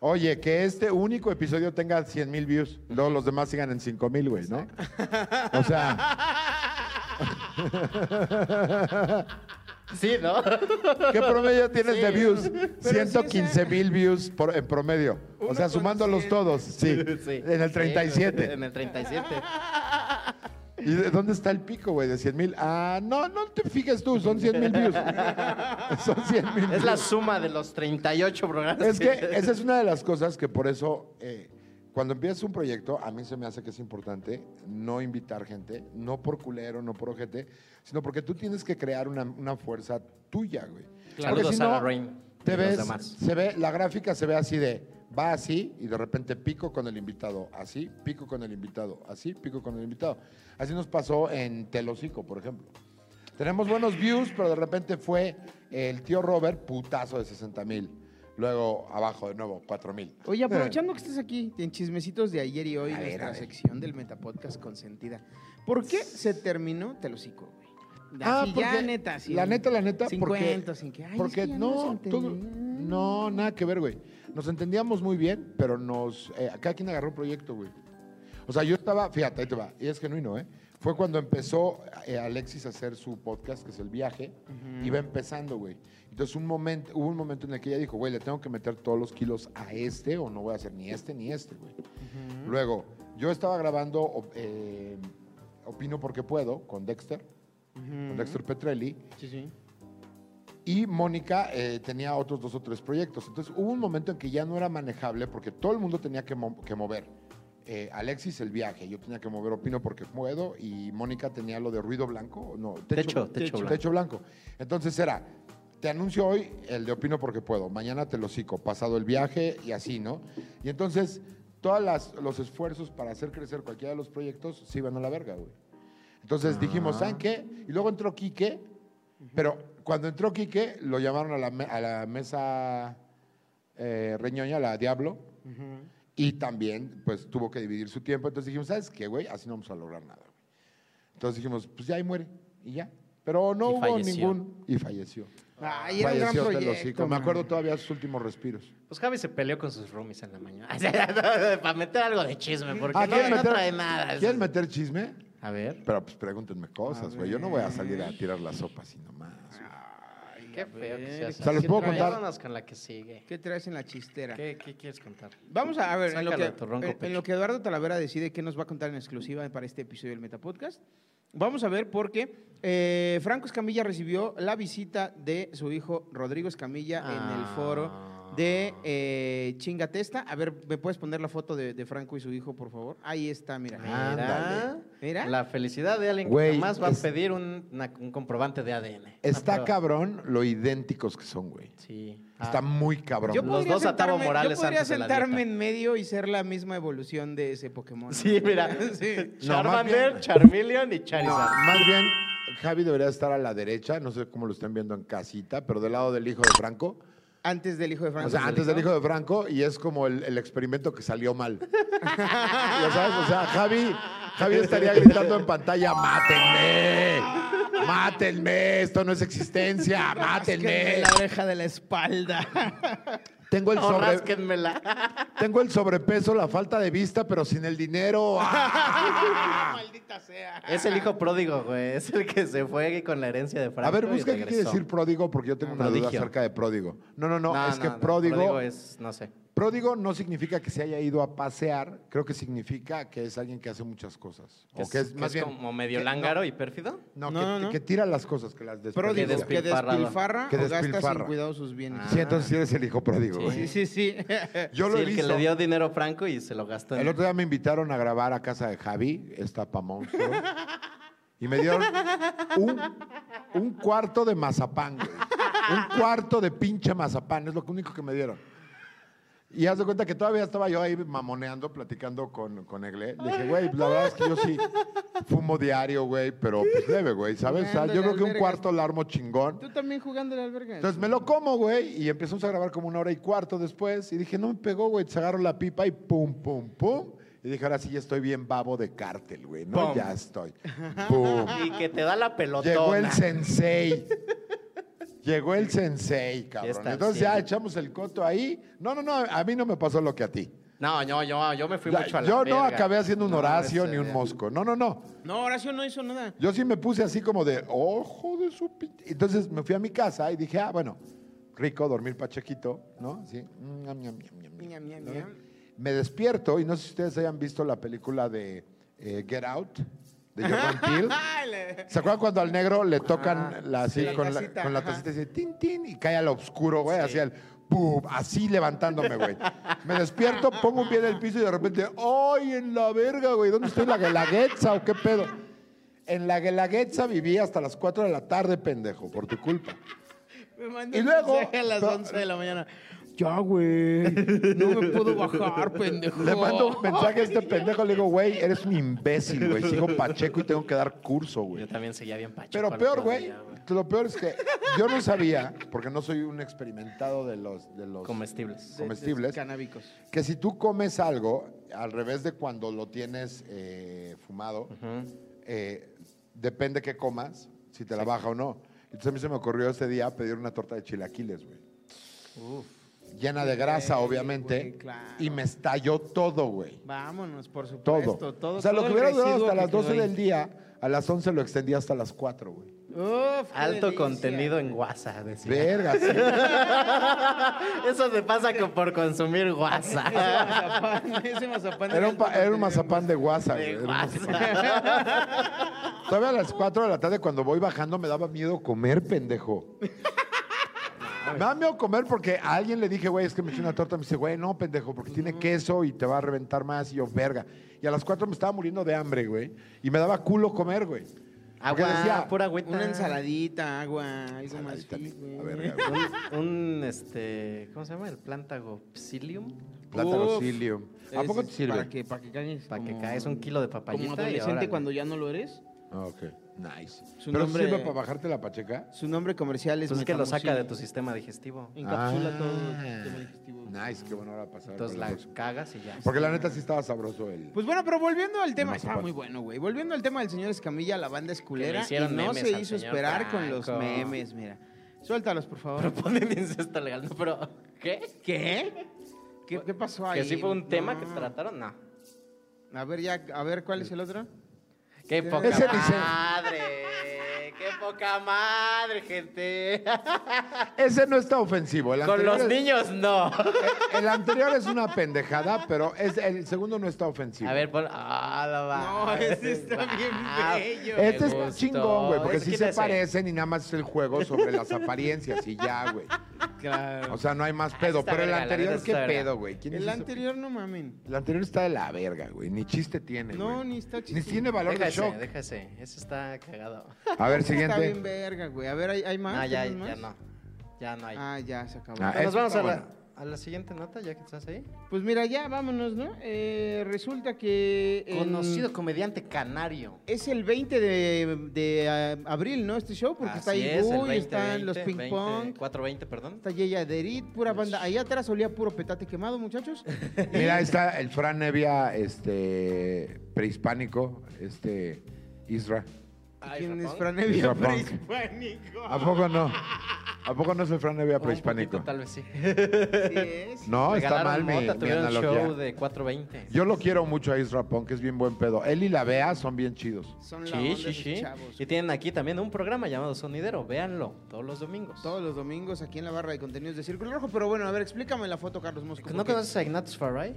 Oye, que este único episodio tenga 100 mil views, luego los demás sigan en 5 mil, güey, ¿no? O sea.
Sí, ¿no?
¿Qué promedio tienes de views?
Pero
115 mil views por- en promedio. O sea, sumándolos todos, sí.
Sí.
En el
Sí,
37.
en el 37.
¿Y de dónde está el pico, güey? ¿De 100 mil? Ah, no, no te fijes tú, son 100 mil views. Son 100 mil
Es la suma de los 38 programas.
Es que esa es una de las cosas que por eso, eh, cuando empiezas un proyecto, a mí se me hace que es importante no invitar gente, no por culero, no por ojete, sino porque tú tienes que crear una, una fuerza tuya, güey.
Claro.
Porque si
Saludos a
no,
la Rain y
Te
los
ves,
demás.
se ve, la gráfica se ve así de, va así y de repente pico con el invitado, así, pico con el invitado, así, pico con el invitado. Así nos pasó en Telocico, por ejemplo. Tenemos buenos views, pero de repente fue el tío Robert, putazo de 60 mil. Luego abajo de nuevo, 4 mil.
Oye, aprovechando que estás aquí, en chismecitos de ayer y hoy,
Eh. A ver,
nuestra
a ver.
sección del Metapodcast consentida. ¿Por qué se terminó Telocico, güey?
Ah,
Así ya,
porque-
neta, sí.
La neta, la neta.
Sin
porque,
cuentos, sin que, ay, es
porque
que ya no
no,
nos
todo-
entendíamos.
no, nada que ver, güey. Nos entendíamos muy bien, pero nos. eh, cada quien agarró un proyecto, güey. O sea, yo estaba, fíjate, ahí te va, y es genuino, ¿eh? Fue cuando empezó eh, Alexis a hacer su podcast, que es El Viaje, iba empezando, güey. Entonces un momento, hubo un momento en el que ella dijo, güey, le tengo que meter todos los kilos a este o no voy a hacer ni este ni este, güey. Luego, yo estaba grabando op- eh, Opino Porque Puedo con Dexter, con Dexter Petrelli,
Sí, sí.
y Mónica eh, tenía otros dos o tres proyectos. Entonces hubo un momento en que ya no era manejable porque todo el mundo tenía que, mo- que mover. Eh, Alexis el viaje, yo tenía que mover opino porque puedo y Mónica tenía lo de ruido blanco, no,
Techo, techo blanco.
blanco. Entonces era, te anuncio hoy el de opino porque puedo, mañana te lo cico, pasado el viaje y así, ¿no? Y entonces todos los esfuerzos para hacer crecer cualquiera de los proyectos se iban a la verga, güey. Entonces dijimos, ¿saben qué? Y luego entró Quique, pero cuando entró Quique, lo llamaron a la, me- a la mesa eh, reñoña, la Diablo, Y también, pues, tuvo que dividir su tiempo. Entonces dijimos, ¿sabes qué, güey? Así no vamos a lograr nada. güey". Entonces dijimos, pues ya ahí muere. Y ya. Pero no
Y
hubo
falleció.
ningún. Y falleció.
Ay, era un gran
Falleció del
proyecto,
hocico. Me
man.
acuerdo todavía sus últimos respiros.
Pues Javi se peleó con sus roomies en la mañana. Para meter algo de chisme, porque
Ah,
no,
¿quieren
no
meter-
trae nada.
¿Quieren meter chisme?
A ver.
Pero pues pregúntenme cosas, güey. Yo no voy a salir a tirar la sopa así nomás.
Qué feo que
ver,
seas.
o sea, ¿les
así.
puedo contar?
Vámonos con la que sigue.
¿Qué traes en la chistera?
¿Qué, qué quieres contar?
Vamos a, a ver, en
Sácalo
lo, que,
de tu ronco
en- en
pecho.
lo que Eduardo Talavera decide qué nos va a contar en exclusiva para este episodio del Metapodcast, vamos a ver por qué eh, Franco Escamilla recibió la visita de su hijo Rodrigo Escamilla en
Ah.
el foro de eh, Chingatesta. A ver, ¿me puedes poner la foto de, de Franco y su hijo, por favor? Ahí está, mira.
Mira,
Mira.
la felicidad de alguien
Güey,
que jamás va
es-
a pedir un, una- un comprobante de ADN. Una
Está
prueba.
cabrón lo idénticos que son, güey.
Sí.
Está
Ah.
muy cabrón.
Yo Los podría dos a Tabo
sentarme-
Morales
yo podría
antes de la
sentarme en medio y ser la misma evolución de ese Pokémon.
Sí, mira.
Sí.
No, más bien-
Charmander, Charmeleon y Charizard.
No, más bien, Javi debería estar a la derecha. No sé cómo lo están viendo en casita, pero del lado del hijo de Franco.
Antes del hijo de Franco.
O sea, antes del hijo de Franco y es como el, el experimento que salió mal. ya sabes, o sea, Javi, Javi estaría gritando en pantalla, mátenme, mátenme, esto no es existencia,
Rásquenme
mátenme.
la oreja de la espalda.
Tengo el,
No,
sobre, tengo el sobrepeso, la falta de vista, pero sin el dinero. ¡Ah!
Es el hijo pródigo, güey. Es el que se fue con la herencia de Franco.
A ver,
y
busca qué quiere
regresó.
decir pródigo, porque yo tengo una duda
prodigio.
acerca de pródigo. No, no, no, es que
no,
pródigo,
Pródigo es, no sé.
Pródigo no significa que se haya ido a pasear, creo que significa que es alguien que hace muchas cosas. O que es más bien.
como medio
que-
lángaro
no,
y pérfido.
No,
No,
que,
no, no.
que tira las cosas, que las
Pródigo,
desperdicia.
que despilfarra,
Que
o gasta sin
despilfarra. Ah.
cuidado sus bienes.
Sí, entonces sí eres el hijo pródigo. güey.
Sí, sí, sí.
Yo lo
Sí,
he
el
visto.
que le dio dinero a Franco y se lo gastó en
El otro día me invitaron a grabar a casa de Javi, esta pa' monstruo, y me dieron un, un cuarto de mazapán, güey. Un cuarto de pinche mazapán, es lo único que me dieron. Y haz de cuenta que todavía estaba yo ahí mamoneando, platicando con, con Egle. Le dije, güey, la verdad es que yo sí fumo diario, güey, pero pues leve, güey, ¿sabes? O sea, yo creo que un cuarto lo armo chingón.
Tú también jugando en la alberga.
Entonces me lo como, güey, y empezamos a grabar como una hora y cuarto después. Y dije, no me pegó, güey. Se agarró la pipa y pum, pum, pum. Y dije, ahora sí ya estoy bien babo de cártel, güey, ¿no?
Pum.
Ya estoy. Pum.
Y que te da la pelotona.
Llegó el sensei. Llegó el sensei, cabrón.
está el
Entonces ya
cielo.
echamos el coto ahí. No, no, no, a mí no me pasó lo que a ti.
No, yo, yo, yo me fui
Ya,
mucho a la
yo no
verga.
acabé haciendo un
No,
Horacio
ese
ni un
día.
Mosco. No, no, no.
No, Horacio no hizo nada.
Yo sí me puse así como de, ojo de su pin-". Entonces me fui a mi casa y dije, ah, bueno, rico, dormir pachequito, ¿no? Sí. Mm, ñam, ñam, ñam, ñam, ñam.
Miam, miam, miam.
Me despierto y no sé si ustedes hayan visto la película de eh, Get Out, de Jordan Peele. ¿Se acuerdan cuando al negro le tocan la, así,
sí. La
con,
casita,
la, con la
ajá.
tacita y dice, tin, tin, y cae al oscuro, güey, así al... pum, así levantándome, güey. Me despierto, pongo un pie en el piso y de repente, ¡ay, en la verga, güey! ¿Dónde estoy? ¿En la Guelaguetza o qué pedo? En la Guelaguetza viví hasta las 4 de la tarde, pendejo, por tu culpa.
Me mandó
Y
un
luego-
mensaje a las
pero-
11 de la mañana. Ya, güey. No me puedo bajar, pendejo.
Le mando un mensaje a este pendejo, le digo, güey, eres un imbécil, güey. Sigo Pacheco y tengo que dar curso, güey.
Yo también seguía bien pacho.
Pero peor, güey, lo peor es que yo no sabía, porque no soy un experimentado de los, de los
Comestibles.
comestibles,
Canábicos.
que si tú comes algo, al revés de cuando lo tienes eh, fumado, eh, depende qué comas, si te la baja o no. Entonces a mí se me ocurrió ese día pedir una torta de chilaquiles, güey. Llena de grasa,
Güey,
obviamente.
güey, claro.
Y me estalló todo, güey.
Vámonos, por supuesto.
Todo.
Todo.
o sea, lo
todo
que
el
hubiera durado
residuo
hasta
que
las 12
quedó ahí.
del día, a las 11 lo extendí hasta las 4, güey.
Uf, qué
Alto
delicia.
contenido en guasa, decía.
Verga, sí.
Eso te pasa co- por consumir guasa.
mazapán, ese mazapán
Era un, pa-
alto
era un
contenido.
mazapán de guasa, güey.
De
Era un mazapán.
guasa.
Todavía a las 4 de la tarde cuando voy bajando me daba miedo comer, pendejo. Me da miedo comer porque a alguien le dije, güey, es que me eché una torta. Me dice, güey, no, pendejo, porque tiene queso y te va a reventar más. Y yo, verga. Y a las 4 me estaba muriendo de hambre, güey. Y me daba culo comer, güey. Porque
Agua,
decía, "Ah,
pura agüita.
Una ensaladita, agua, algo más
Ensaladita,
fit, güey.
a verga, güey.
Un, un, este, ¿cómo se llama? El plántago psyllium.
Plátano
Uf.
psyllium. ¿A
Ese
poco
es
te sirve?
Para que, para que cagues
Para que
como-
caes un kilo de
Como
papayita y
adolescente
órale.
cuando ya no lo eres.
Ah, ok. Nice.
Su
¿Pero
nombre-
sirve para bajarte la pacheca?
Su nombre comercial es
Pues es que lo saca de
Metamucil.
tu sistema digestivo.
Encapsula
Ah.
todo el sistema digestivo.
Nice, qué bueno ahora pasar.
Entonces la cagas y ya.
Porque la neta sí estaba sabroso el...
Pues bueno, pero volviendo al tema, estaba
mazapán.
muy bueno, güey. Volviendo al tema del señor Escamilla, la banda es
Que
culera
le hicieron
y no
memes
se
al
hizo
señor
esperar con los
Franco.
memes, mira. Suéltalos, por favor.
Proponen incesto legal. No, pero, ¿qué?
¿Qué? ¿Qué, qué pasó ahí?
¿Que sí fue un tema que
No.
trataron? No.
A ver, ya, a ver, ¿cuál es el otro?
¡Qué
Sí.
poca
Ese dice-
madre! ¡Qué poca madre, gente!
Ese no está ofensivo. El
Con
anterior
los
es-
niños, no.
El, el anterior es una pendejada, pero es, el segundo no está ofensivo.
A ver, pon... ¡Ah, la va!
No, ese está bien bello.
Este
Me
está
gustó.
chingón, güey, porque
Ese
sí se
quítese.
parecen y nada más es el juego sobre las apariencias y ya, güey.
Claro.
O sea, no hay más pedo.
Ah, está
Pero el
verga, la
anterior,
neta
¿qué
está verga.
pedo, güey? ¿Quién
El
hizo?
anterior no mamen.
El anterior está de la verga, güey. Ni chiste tiene,
No,
güey.
ni está
Ni
chistoso.
tiene valor de
Déjese,
shock.
déjese. Eso está cagado.
A ver,
Está bien
siguiente.
verga, güey. A ver, ¿hay, hay más?
No, ya,
¿Tenemos
ya
más?
no. Ya no hay.
Ah, ya, se acabó.
Ah,
Bueno, Nos
eso
vamos
está
a la,
bueno.
a la siguiente nota, ya que estás ahí.
Pues mira, ya, vámonos, ¿no? Eh, resulta que... en-
Conocido comediante canario.
Es el 20 de, de, ah, abril, ¿no? Este show, porque está ahí
el
Gui,
20,
están los
20,
ping pong,
20, 420, perdón.
está Yeya Derit, pura banda. Allá atrás olía puro petate quemado, muchachos.
Mira, ahí está el Fran Nevia, este, prehispánico, este, Isra.
¿Quién es
Japón?
Franevia
Isra Punk.
prehispánico?
¿A poco no? ¿A poco no es el Fran Nevia prehispánico?
Tal vez sí.
Sí es.
No, está mal
Regalaron
mi,
mota,
mi
tuvieron un show
analogía.
de 420.
Yo lo quiero mucho a Isra Punk, es bien buen pedo. Él y la Bea son bien chidos.
Son la
Sí,
onda
sí,
de
sí.
chavos.
Y tienen aquí también un programa llamado Sonidero. Véanlo todos los domingos.
Todos los domingos aquí en la barra de contenidos de Círculo Rojo. Pero bueno, a ver, explícame la foto, Carlos Mosco.
¿No
porque-
conoces a Ignatius Farray?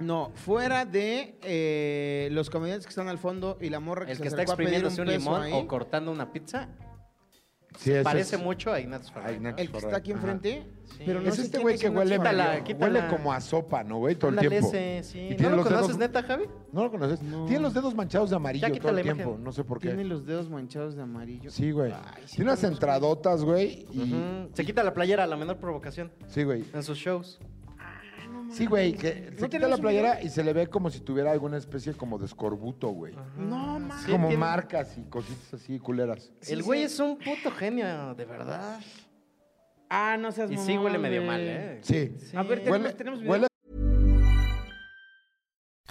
No, fuera de eh, los comediantes que están al fondo y la morra que
El
se
que está
acercó a pedir
exprimiéndose un, limón
peso ahí.
o cortando una pizza.
Sí, ese
Parece
es-
mucho a Ignatius Farray.
Ignatius.
El que está aquí
Ajá.
enfrente,
Sí.
pero no
es
sé
este
quién
güey
es
que
una
huele,
chava.
Quítala,
medio-
quítala.
huele como a sopa, ¿no, güey? Todo el
Ándale,
tiempo.
ese,
Y
sí.
tiene
¿No lo
los
conoces,
dedos-
neta, Javi?
¿No lo conoces? Tiene los dedos manchados de amarillo
quita
todo el
la
tiempo.
imagen.
No sé por
Tiene
qué.
los dedos manchados de amarillo. Ah.
Sí, güey.
Ay, sí
Tiene unas
conozco.
entradotas, güey. y-
Ujú. Se quita la playera a la menor provocación
Sí, güey.
en sus shows.
Sí, güey. Que se quita
tenemos
la
un
playera y se le ve como si tuviera alguna especie como de escorbuto, güey.
No, mames.
Sí,
como
tiene-
marcas y cositas así, culeras.
el güey es un puto genio, de verdad.
Ah, no seas
Y
mamón,
sí huele medio
güey.
mal, ¿eh?
Sí.
A ver, tenemos,
Huele-
tenemos video.
huele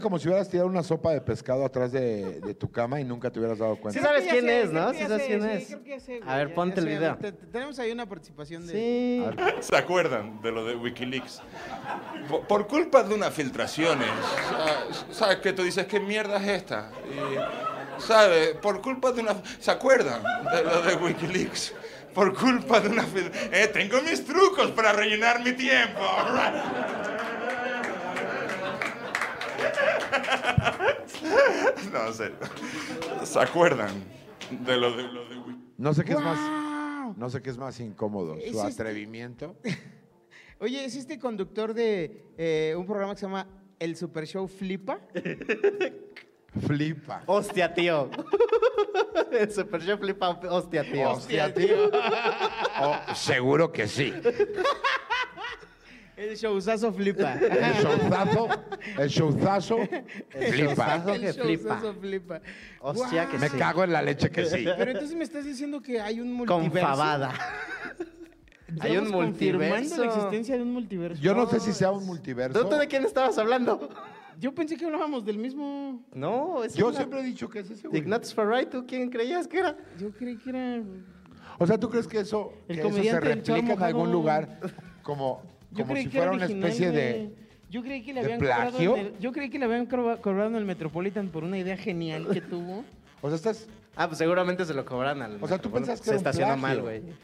como si hubieras tirado una sopa de pescado atrás de, de tu cama y nunca te hubieras dado
Sí
cuenta.
Creo
sabes
que ya
quién
sé,
es,
creo
¿no?
que
Sí
ya
sabes
sé,
quién
sí,
es.
creo que ya sé,
A
güey,
ver,
ya-
ponte
ya
el
sé. A
video.
ver, te- te- tenemos ahí una participación de...
Sí.
¿Se acuerdan de lo de Wikileaks? Por, por culpa de unas filtraciones. ¿sabes? ¿Sabes que tú dices qué mierda es esta? Y, ¿Sabes? Por culpa de una... ¿Se acuerdan de lo de Wikileaks? Por culpa de una... fil- Eh, tengo mis trucos para rellenar mi tiempo. No, en serio. ¿Se acuerdan de lo de, lo de Wikileaks?
No sé qué es
¡Guau!
más. No sé qué es más incómodo.
Es
Su
este-
atrevimiento.
Oye, ¿es este conductor de eh, un programa que se llama El Super Show Flipa?
Flipa.
Hostia, tío. El super show flipa, hostia, tío.
Hostia, tío. Oh, seguro que sí.
El showzazo flipa.
El showzazo, el showzazo, flipa.
showzazo. que flipa.
showzazo flipa.
Hostia,
Guau.
que
Me
sí.
cago en la leche que sí.
Pero entonces me estás diciendo que hay un multiverso.
Confabada. Hay un
Estamos confirmando la
multiverso.
existencia de un multiverso.
Yo no sé si sea un multiverso.
¿Tú, tú de quién estabas hablando?
Yo pensé que hablábamos del mismo.
No, es
Yo
una-
siempre he dicho que es ese
de
güey.
Ignatius Farray, ¿tú quién creías que era?
Yo creí que era.
O sea, ¿tú crees que eso,
El
que eso se
comediante del
replica en
chavo
algún
mojado.
lugar como,
Yo
como
creí
si
que era
fuera una
original
especie
de.
de...
Yo creí que le
de
habían cobrado. en
plagio.
el- Yo creí que le habían cobra- cobrado en el Metropolitan por una idea genial que tuvo.
O sea, estás...
Ah, pues seguramente se lo cobran al.
O sea, ¿tú
Metropolitan.
pensabas que
Se
era un
estacionó mal,
plagio?
güey.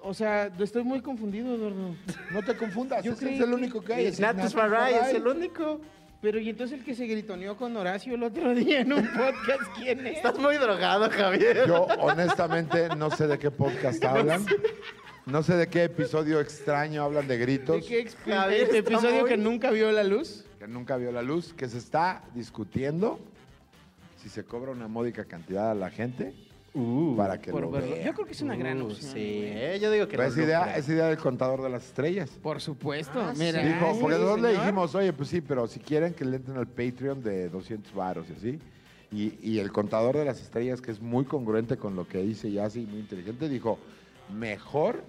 O sea, estoy muy confundido, Eduardo.
No te confundas,
Yo
ese
creí
es el
que-
único que hay. es
Ignatius
Ignatius
Farray es
Farray.
el único.
Pero y entonces el que se gritoneó con Horacio el otro día en un podcast, ¿quién es?
Estás muy drogado, Javier.
Yo honestamente no sé de qué podcast hablan. No sé de qué episodio extraño hablan de gritos.
¿De qué ex- episodio que nunca vio la luz?
Que nunca vio la luz, que se está discutiendo si se cobra una módica cantidad a la gente para que
Uh, por
lo
verlo.
vea.
Yo creo que es una gran opción.
Sí, eh, yo digo que
Pero
no
es, Pues idea,
lucra.
es idea del contador de las estrellas.
Por supuesto.
Ah,
mira,
sí.
Dijo,
sí,
porque nosotros le
señor.
dijimos, oye, pues sí, pero si quieren que le entren al Patreon de 200 varos y así. Y, y el contador de las estrellas, que es muy congruente con lo que dice y hace y muy inteligente, dijo, mejor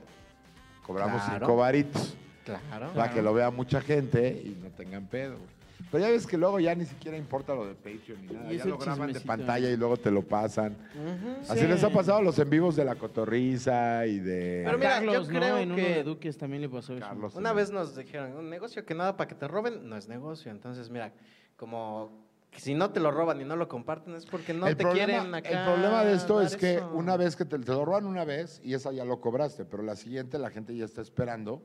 cobramos
Claro.
cinco varitos
Claro.
para que lo vea mucha gente y no tengan pedo. güey. Pero ya ves que luego ya ni siquiera importa lo de Patreon ni nada.
Y es
ya
el
lo graban de
chismecito. ¿eh?
pantalla y luego te lo pasan.
Ujú.
Así
Sí.
les ha pasado a los en vivos de La Cotorriza y de...
Pero mira,
Carlos,
yo
¿no?
creo
En uno
que
de Duques también le pasó eso.
Carlos.
Una vez nos dijeron, un negocio que nada para que te roben no es negocio. Entonces, mira, como que si no te lo roban y no lo comparten es porque no te quieren acá.
el problema de esto
dar
es que
eso.
una vez que te, te lo roban una vez y esa ya lo cobraste, pero la siguiente la gente ya está esperando.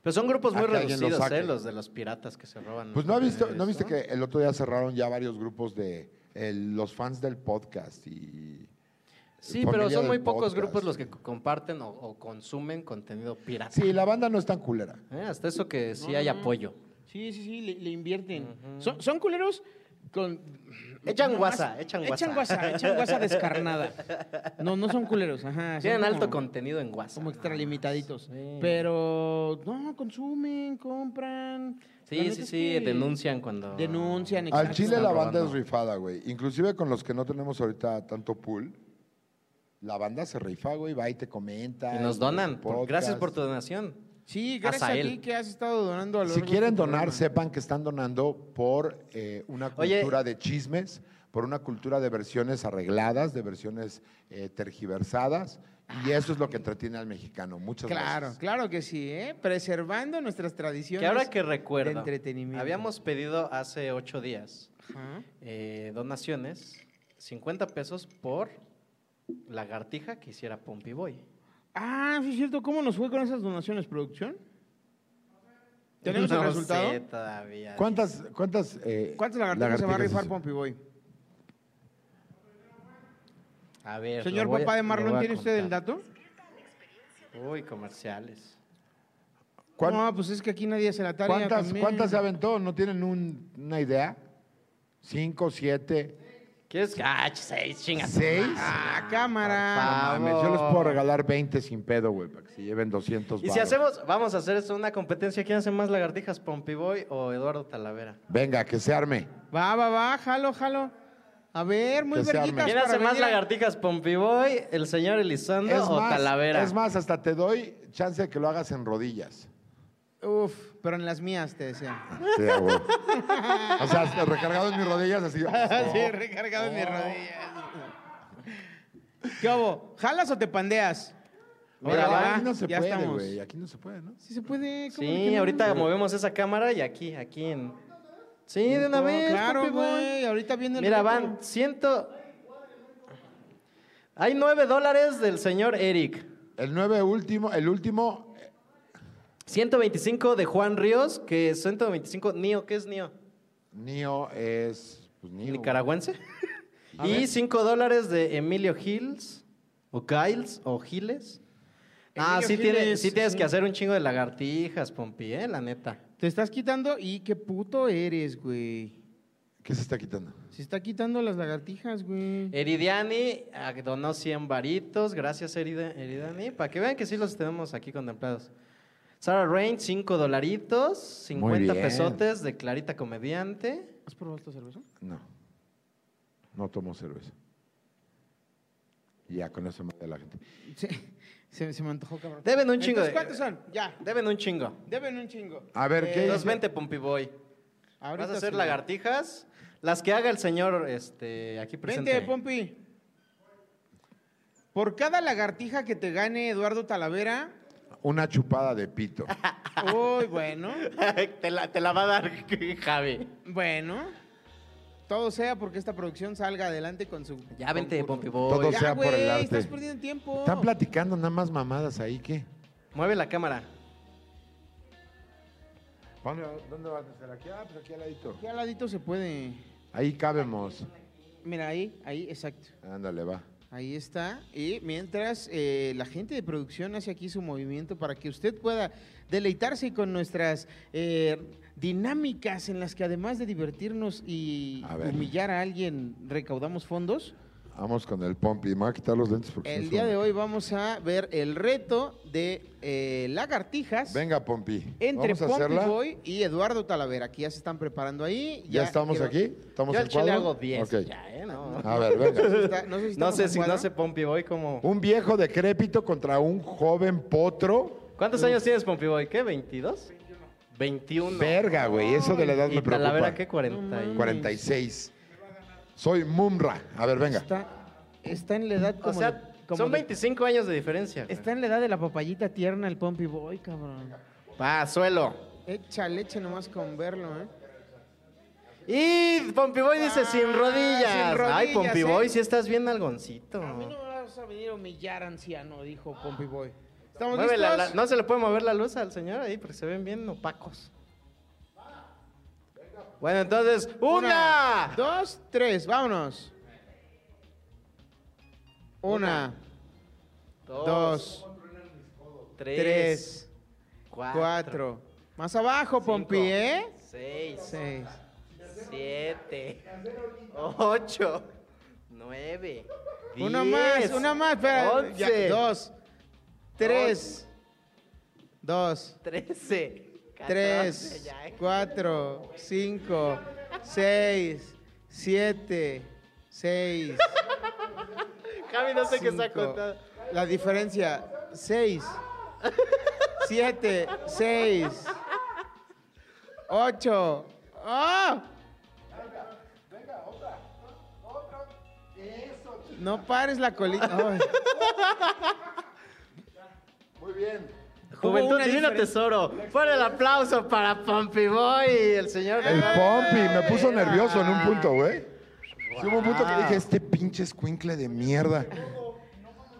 Pero son grupos
a
muy
que alguien lo
reducidos,
saque.
¿eh? Los de los piratas que se roban.
Pues no, ha visto, ¿no
contenidos,
viste que el otro día cerraron ya varios grupos de el- los fans del podcast y...
Sí, pero
familia
son
del
muy pocos
podcast.
grupos los que co- comparten o, o consumen contenido pirata.
Sí, la banda no es tan culera.
¿Eh? Hasta eso que sí
No,
hay
no, no.
apoyo.
Sí, sí, sí, le, le invierten. son, son culeros con...
Echan
Nomás-
guasa, echan guasa.
Echan guasa, echan guasa descarnada. No, no son culeros, ajá. son
Tienen
como-
alto contenido en guasa.
Como extralimitaditos.
Sí.
Pero, no, consumen, compran. La
Sí,
neta
sí,
es
sí,
que
denuncian cuando...
Al
Denuncian, exacto.
Chile la banda es
robando.
rifada, güey. Inclusive con los que no tenemos ahorita tanto pool, la banda se rifa, güey, va y te comenta.
Y nos
y
donan. por-
podcast.
gracias por tu donación.
Sí, gracias
Azael.
a ti que has estado donando a los
Si quieren donar, sepan que están donando por eh, una
Oye.
cultura de chismes, por una cultura de versiones arregladas, de versiones eh, tergiversadas, y eso es lo que entretiene al mexicano. Muchas
Ah, Claro,
gracias.
claro que sí, ¿eh? Preservando nuestras tradiciones.
Que ahora que recuerdo,
de entretenimiento.
habíamos pedido hace ocho días
Ajá.
eh, donaciones, 50 pesos por lagartija que hiciera Pompey Boy.
Ah, sí es cierto. ¿Cómo nos fue con esas donaciones, producción? ¿Tenemos el
No
resultado?
sé todavía.
¿Cuántas, cuántas, eh,
¿Cuántas lagartijas se va a
lagartijas
rifar
hizo?
Pompey Boy?
A ver,
Señor
lo voy a-
papá de
lo voy
Marlon,
a
¿tiene usted el
contar.
dato?
Uy, comerciales.
¿Cuán-
No, pues es que aquí nadie hace la tarea
¿Cuántas,
también.
cuántas se aventó? ¿No tienen un- una idea? ¿Cinco, siete,
¿Quieres? Ah, seis, chingas.
seis?
Ah, cámara.
Ah, No mames, yo les puedo regalar 20 sin pedo, güey, para que se lleven 200
Y si
varos.
hacemos, vamos a hacer esto una competencia. ¿Quién hace más lagartijas, Pompey Boy o Eduardo Talavera?
Venga, que se arme.
Va, va, va, jalo, jalo. A ver, muy
Que se arme.
verguitas.
¿Quién
para
hace más
venir a-
lagartijas, Pompey Boy, el señor Elizondo
Es
o
más,
Talavera?
es más, hasta te doy chance de que lo hagas en rodillas.
Uf, pero en las mías te decía.
Sí, a huevo. o sea, hasta recargado en mis rodillas así. oh,
sí, recargado en mis rodillas. Oh. ¿Qué hubo? ¿Jalas o te pandeas?
Mira,
Órale, va,
aquí no se
ya
puede,
estamos.
güey. Aquí no se puede, ¿no?
Sí se puede. ¿cómo de que
Sí,
no?
ahorita movemos esa cámara y aquí, aquí en. Sí, de una
No,
vez.
Claro,
Pompey Boy.
güey. Ahorita viene el
Mira,
reto.
van ciento. Hay nueve dólares del señor Eric.
El nueve último, el último, eh,
125 de Juan Ríos, que es 125 Nio, ¿qué es Nio?
Nio es. Pues, Nio.
Nicaragüense.
A
y
ver.
5 dólares de Emilio Hills, o Giles, o Giles. Ah,
Emilio
sí, tiene-
Giles,
sí tienes
sí.
que hacer un chingo de lagartijas, Pompi, ¿eh? la neta.
Te estás quitando y qué puto eres, güey.
¿Qué se está quitando?
Se está quitando las lagartijas, güey.
Eridiani ah, donó 100 varitos. Gracias, Erida- Eridiani. Para que vean que sí los tenemos aquí contemplados. Sarah Rain, 5 dolaritos,
Muy
50
bien.
pesotes de Clarita Comediante.
¿Has probado esta cerveza?
No. No tomo cerveza. Y Ya, con eso mata a la gente.
Sí. Se, se me antojó, cabrón.
Deben un chingo.
Entonces,
de-
¿Cuántos son? Ya.
Deben un chingo.
Deben un chingo.
A ver, ¿qué?
Entonces
dice?
vente, Pompi Boy.
Ahorita
Vas a hacer
se-
lagartijas. Las que haga el señor este, aquí presente.
Vente, Pompi. Por cada lagartija que te gane Eduardo Talavera.
Una chupada de pito.
Uy, bueno.
te, la, te la va a dar Javi.
Bueno. Todo sea porque esta producción salga adelante con su.
Ya vente, Pompi Boy.
Todo
Ya,
sea por
güey,
el arte.
estás perdiendo tiempo.
Están platicando nada más mamadas ahí, ¿qué?
Mueve la cámara.
¿Dónde, dónde vas a hacer? ¿Aquí? Ah, pues aquí al ladito.
Aquí al ladito se puede.
Ahí cabemos.
Mira, ahí, ahí, exacto.
Ándale, va.
Ahí está. Y mientras eh, la gente de producción hace aquí su movimiento para que usted pueda deleitarse con nuestras eh, dinámicas en las que además de divertirnos y
A ver.
humillar a alguien, recaudamos fondos.
Vamos con el pompi. Me voy a quitar los lentes porque
El día de hoy vamos a ver el reto de eh, lagartijas
Venga, pompi.
entre
Vamos a hacerla.
Pompi Boy y Eduardo Talavera, que ya se están preparando ahí.
¿Ya estamos aquí? ¿Estamos
Yo
en
al chile
cuadro?
hago 10
Ok.
ya, ¿eh? No.
A ver, venga.
No sé si está- no sé si,
No
estamos
sé
en
si
cuadro.
no sé, Pompi Boy, como.
Un viejo decrépito contra un joven potro.
¿Cuántos años tienes, Pompi Boy? ¿Qué? ¿22? 21.
Verga, güey. Eso de la edad
Y
me preocupa.
Talavera, ¿qué? 40 y-
46. Soy Mumra. A ver, venga.
Está en la edad como
O sea,
de- como
son
de-
25 años de diferencia. güey.
Está en la edad de la papayita tierna el Pompi Boy, cabrón.
Va, suelo.
Echa leche nomás con verlo, ¿eh?
Y Pompi Boy dice sin rodillas.
Ah, sin
Ay,
rodillas,
Pompi Boy,
¿eh?
si estás bien algoncito.
A mí no me vas a venir a humillar, anciano, dijo Pompi Boy. ¿Estamos
Mueve la-
listos?
la- no se le puede mover la luz al señor ahí porque se ven bien opacos. Bueno, entonces,
Una,
una.
dos, tres, vámonos. Una, dos,
tres,
tres,
cuatro,
cuatro. Más abajo, Pompi, ¿eh?
seis,
Seis.
siete, ocho, nueve,
Una más,
diez,
una más, espera.
once,
Ya, dos, tres, dos,
trece, catorce,
tres,
ya, ¿eh?
cuatro, cinco, seis, siete, seis.
Javi, no sé qué está
cinco.
contando.
La diferencia, seis, siete, seis, ocho. ¡Ah! No pares la colita. Ay.
Muy bien.
Hubo
Juventud
una
Divino
diferencia.
Tesoro. Fuera el aplauso para Pompi Boy y el señor.
El Pompi me puso nervioso en un punto, güey.
Ah.
Sí, hubo un punto que
Wow.
dije, este pinche escuincle de mierda.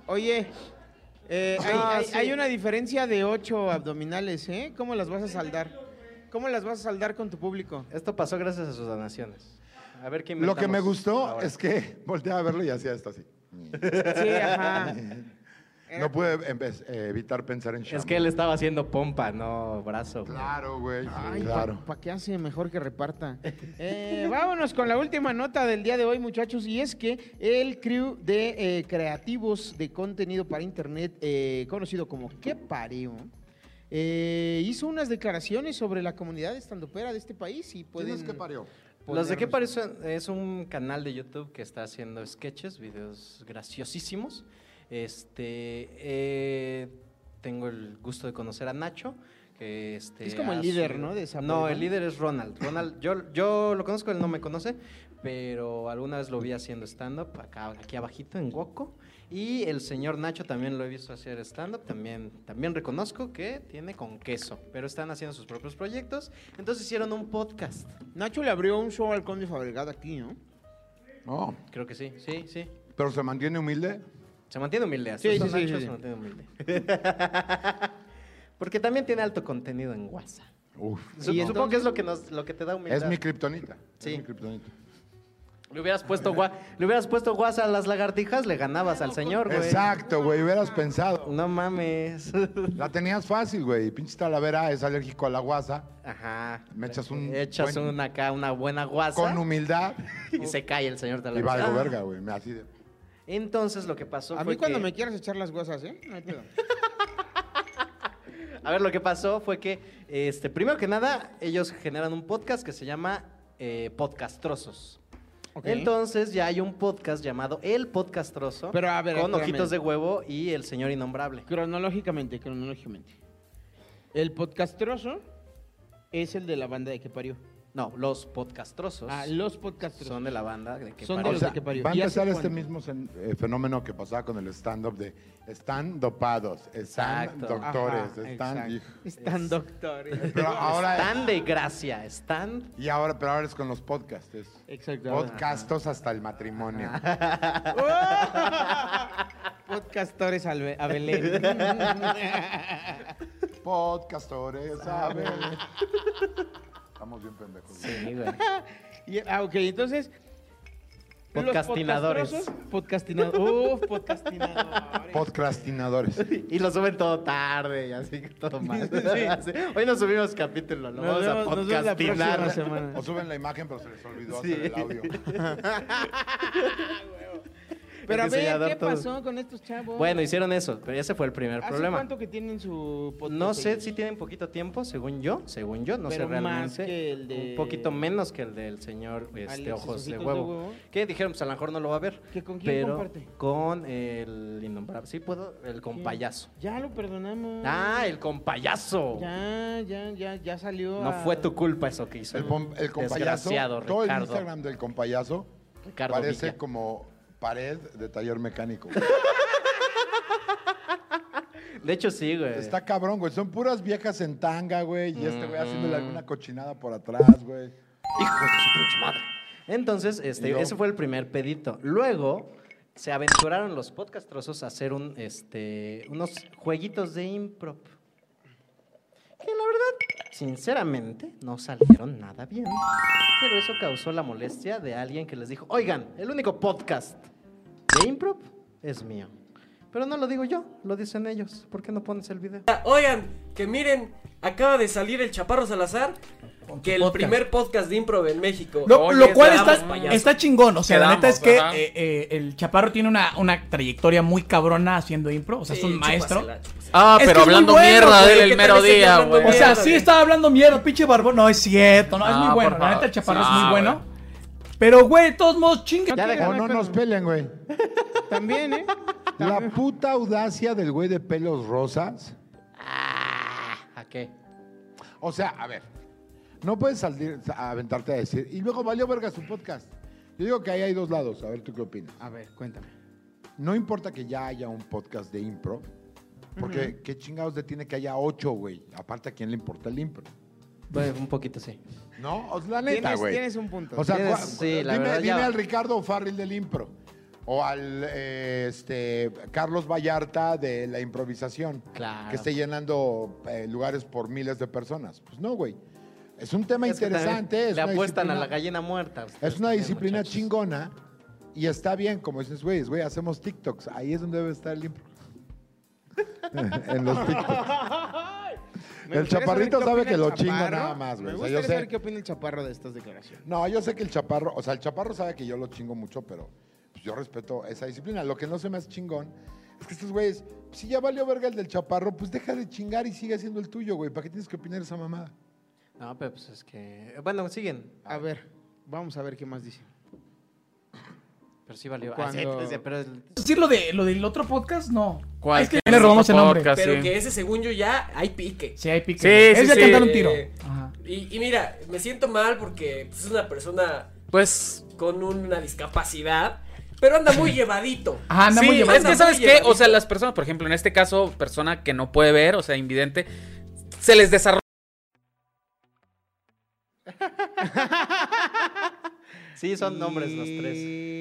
Oye, eh, hay,
Ah,
hay-
sí.
hay una diferencia de ocho abdominales, ¿eh? ¿Cómo las vas a saldar? ¿Cómo las vas a saldar con tu público?
Esto pasó gracias a sus donaciones. A ver quién
Lo que me gustó es que volteaba a verlo y hacía esto así.
Sí, ajá.
No pude em- es- eh, evitar pensar en Shamu.
Es que él estaba haciendo pompa, no brazo. güey.
Claro, güey. sí,
Ay,
claro.
¿Para qué hace? Mejor que reparta. Eh, vámonos con la última nota del día de hoy, muchachos, y es que el crew de eh, creativos de contenido para internet, eh, conocido como Que Pareo, eh, hizo unas declaraciones sobre la comunidad estandopera de este país y pueden...
¿Quién es que parió?
Los de qué
ponernos-
parece es un canal de YouTube que está haciendo sketches, videos graciosísimos. Este, eh, tengo el gusto de conocer a Nacho. Que este,
Es como el
ha
líder,
subido-
¿no? de esa
no,
boy
el
band.
líder es Ronald. Ronald, yo, yo lo conozco, él no me conoce, pero alguna vez lo vi haciendo stand-up acá, aquí abajito en Woco. Y el señor Nacho también lo he visto hacer stand-up, también, también reconozco que tiene con queso, pero están haciendo sus propios proyectos. Entonces hicieron un podcast.
Nacho le abrió un show al Conde Fabregada aquí, ¿no?
No.
Creo que sí, sí, sí.
Pero se mantiene humilde.
Se mantiene humilde.
Sí,
Así sí,
sí, sí, sí.
se mantiene humilde. Porque también tiene alto contenido en WhatsApp.
Uf.
Sup-
entonces-
Supongo que es lo que, nos, lo que te da humildad.
Es mi kriptonita. es
Sí.
mi kriptonita.
Le hubieras puesto gua- le hubieras puesto guasa a las lagartijas, le ganabas al señor, güey.
Exacto, güey. Hubieras pensado.
No mames.
La tenías fácil, güey. Pinche talavera es alérgico a la guasa.
Ajá.
Me echas un
Echas
buen-
una acá, una buena guasa
Con humildad.
y se cae el señor
Y
Talavera.
valgo
Ah.
verga, güey. me- Así de.
Entonces lo que pasó
A
fue
mí cuando
que-
me quieras echar las guasas, ¿eh? No hay pedo.
A ver, lo que pasó fue que, este, primero que nada, ellos generan un podcast que se llama eh, Podcastrosos.
Ok.
Entonces ya hay un podcast llamado El Podcastroso
Pero, a ver,
con
espérame.
Ojitos de Huevo y El Señor Innombrable.
Cronológicamente, cronológicamente. El podcastroso es el de la banda de que parió.
No, los podcastrosos
Ah, los podcastrosos.
son de la banda de que
Son de
parió.
O
los
sea,
que parió.
va a
¿Y hace
empezar este
cuánto?
mismo sen- eh, fenómeno que pasaba con el stand-up de están dopados, están
Exacto.
doctores,
Ajá,
están.
exacto. Están doctores.
Pero ahora
Están de gracia, están.
Y ahora, pero ahora es con los podcasts. es
Exacto.
Podcastos hasta el matrimonio.
¡Oh! Podcastores al Be- a Belén.
podcastores, ¿sabes? Estamos bien pendejos.
Ah. Sí, güey.
Y- ah, ok, entonces. los
Podcastinadores.
podcastrosos- Podcastina- Uf, podcastinadores.
Podcastinadores.
Y lo suben todo tarde y así, todo mal.
Sí.
Hoy no subimos capítulo, lo
Nos
vamos a
vemos- nos vemos la próxima
podcastinar.
semana.
O suben la imagen, pero se les olvidó
Sí.
hacer el audio.
Pero a
El
ver,
diseñador
¿qué
todo.
pasó con estos chavos?
Bueno, hicieron eso, pero ese fue el primer
¿Hace
problema.
cuánto que tienen su podcast?
No sé
ellos?
si tienen poquito tiempo, según yo, según yo, no
Pero
sé realmente.
más que el de-
Un poquito menos que el del señor este,
Alexis
Ojos de
Ojitos de
huevo.
Huevo.
Que dijeron, pues a lo mejor no lo va a ver.
¿Que con quién
pero
comparte?
Con el innombrable. Sí, puedo, el
¿Qué?
compayazo.
Ya lo perdonamos.
Ah, el compayazo.
Ya, ya, ya, ya salió.
No
a-
fue tu culpa eso que hizo.
El, pom- el compayazo.
Desgraciado,
Todo el
Ricardo.
Instagram del compayazo
Ricardo
parece
Villa.
como pared de taller mecánico.
De hecho, sí, güey.
Está cabrón, güey. Son puras viejas en tanga, güey. Y este güey
Mm.
haciéndole alguna cochinada por atrás, güey.
Hijo de su pinche madre. Entonces,
Y
este,
luego.
ese fue el primer pedito. Luego se aventuraron los podcastrosos a hacer un, este, unos jueguitos de improv. Que la verdad, sinceramente, no salieron nada bien. Pero eso causó la molestia de alguien que les dijo, oigan, el único podcast de improv es mío. Pero no lo digo yo, lo dicen ellos. ¿Por qué no pones el video?
Oigan, que miren, acaba de salir el Chaparro Salazar, que el
podcast.
primer podcast de improv en México.
Lo,
Oye,
lo cual
estábamos
está,
payasos.
está chingón. O sea, la neta es que
Quedamos, ajá.
eh, eh, el Chaparro tiene una, una trayectoria muy cabrona haciendo impro. O sea, es
Sí,
un maestro.
chúpasela,
Ah,
Es que
pero
es muy
hablando mierda
güey,
de él el
que
mero
también está
día,
hablando
güey.
O sea,
mierda
sí
de-
estaba hablando mierda, pinche barbón. No, es cierto. No, es
No,
muy bueno.
por
La neta,
favor.
el Chaparro
Sí, ah,
es muy
güey.
bueno. Pero, güey, de todos modos, chingue.
o no nos pelean, güey.
También, ¿eh?
La puta audacia del güey de pelos rosas.
¿A qué?
O sea, a ver. No puedes salir a aventarte a decir. Y luego valió verga su podcast. Yo digo que ahí hay dos lados. A ver, ¿tú qué opinas?
A ver, cuéntame.
No importa que ya haya un podcast de impro. Porque
Ujú.
qué chingados le tiene que haya ocho, güey. Aparte, ¿a quién le importa el impro?
Bueno, un poquito sí.
No, o sea, la neta,
Tienes-
güey.
tienes un punto.
O sea,
Tienes-
cua-
sí, la
dime,
verdad, ya-
dime al Ricardo Farril del impro. O al eh, este, Carlos Vallarta de la improvisación.
Claro.
Que esté llenando eh, lugares por miles de personas. Pues no, güey. Es un tema
Es que también
interesante. es
Le
una
apuestan a la
disciplina-
gallina muerta. ustedes
Es una
también,
disciplina chingona. Y está bien, como dices, güey, güey, hacemos TikToks. Ahí es donde debe estar el impro. en los TikToks.
Me
El
gustaría
chaparrito
saber
sabe
qué opina
que
el
lo chingo
chaparro.
nada más, güey.
Me
O sea, yo
gustaría
sé-
saber qué opina el chaparro de estas declaraciones.
No, yo sé que el chaparro, o sea, el chaparro sabe que yo lo chingo mucho, pero pues, yo respeto esa disciplina. Lo que no se me hace chingón es que estos güeyes, pues, si ya valió verga el del chaparro, pues deja de chingar y sigue haciendo el tuyo, güey. ¿Para qué tienes que opinar esa mamada?
No, pero pues es que. Bueno, siguen.
A ver, vamos a ver qué más dice.
Pero sí valió. Ah, sí,
Cuando-
sí, pero el-
decir lo, de, lo del otro podcast? No.
¿Cuál?
Es que
Que
le robamos el
otro
nombre.
podcast,
Pero que ese, según yo, ya hay pique.
Sí, hay pique.
Sí, sí,
es de
sí.
cantar un tiro.
Eh, Y, y mira, me siento mal porque pues, es una persona
Pues.
con una discapacidad, pero anda muy llevadito.
Ajá,
sí, Es que,
muy
¿sabes qué?
llevadito.
O sea, las personas, por ejemplo, en este caso, persona que no puede ver, o sea, invidente, se les desarrolla.
sí, son nombres los tres.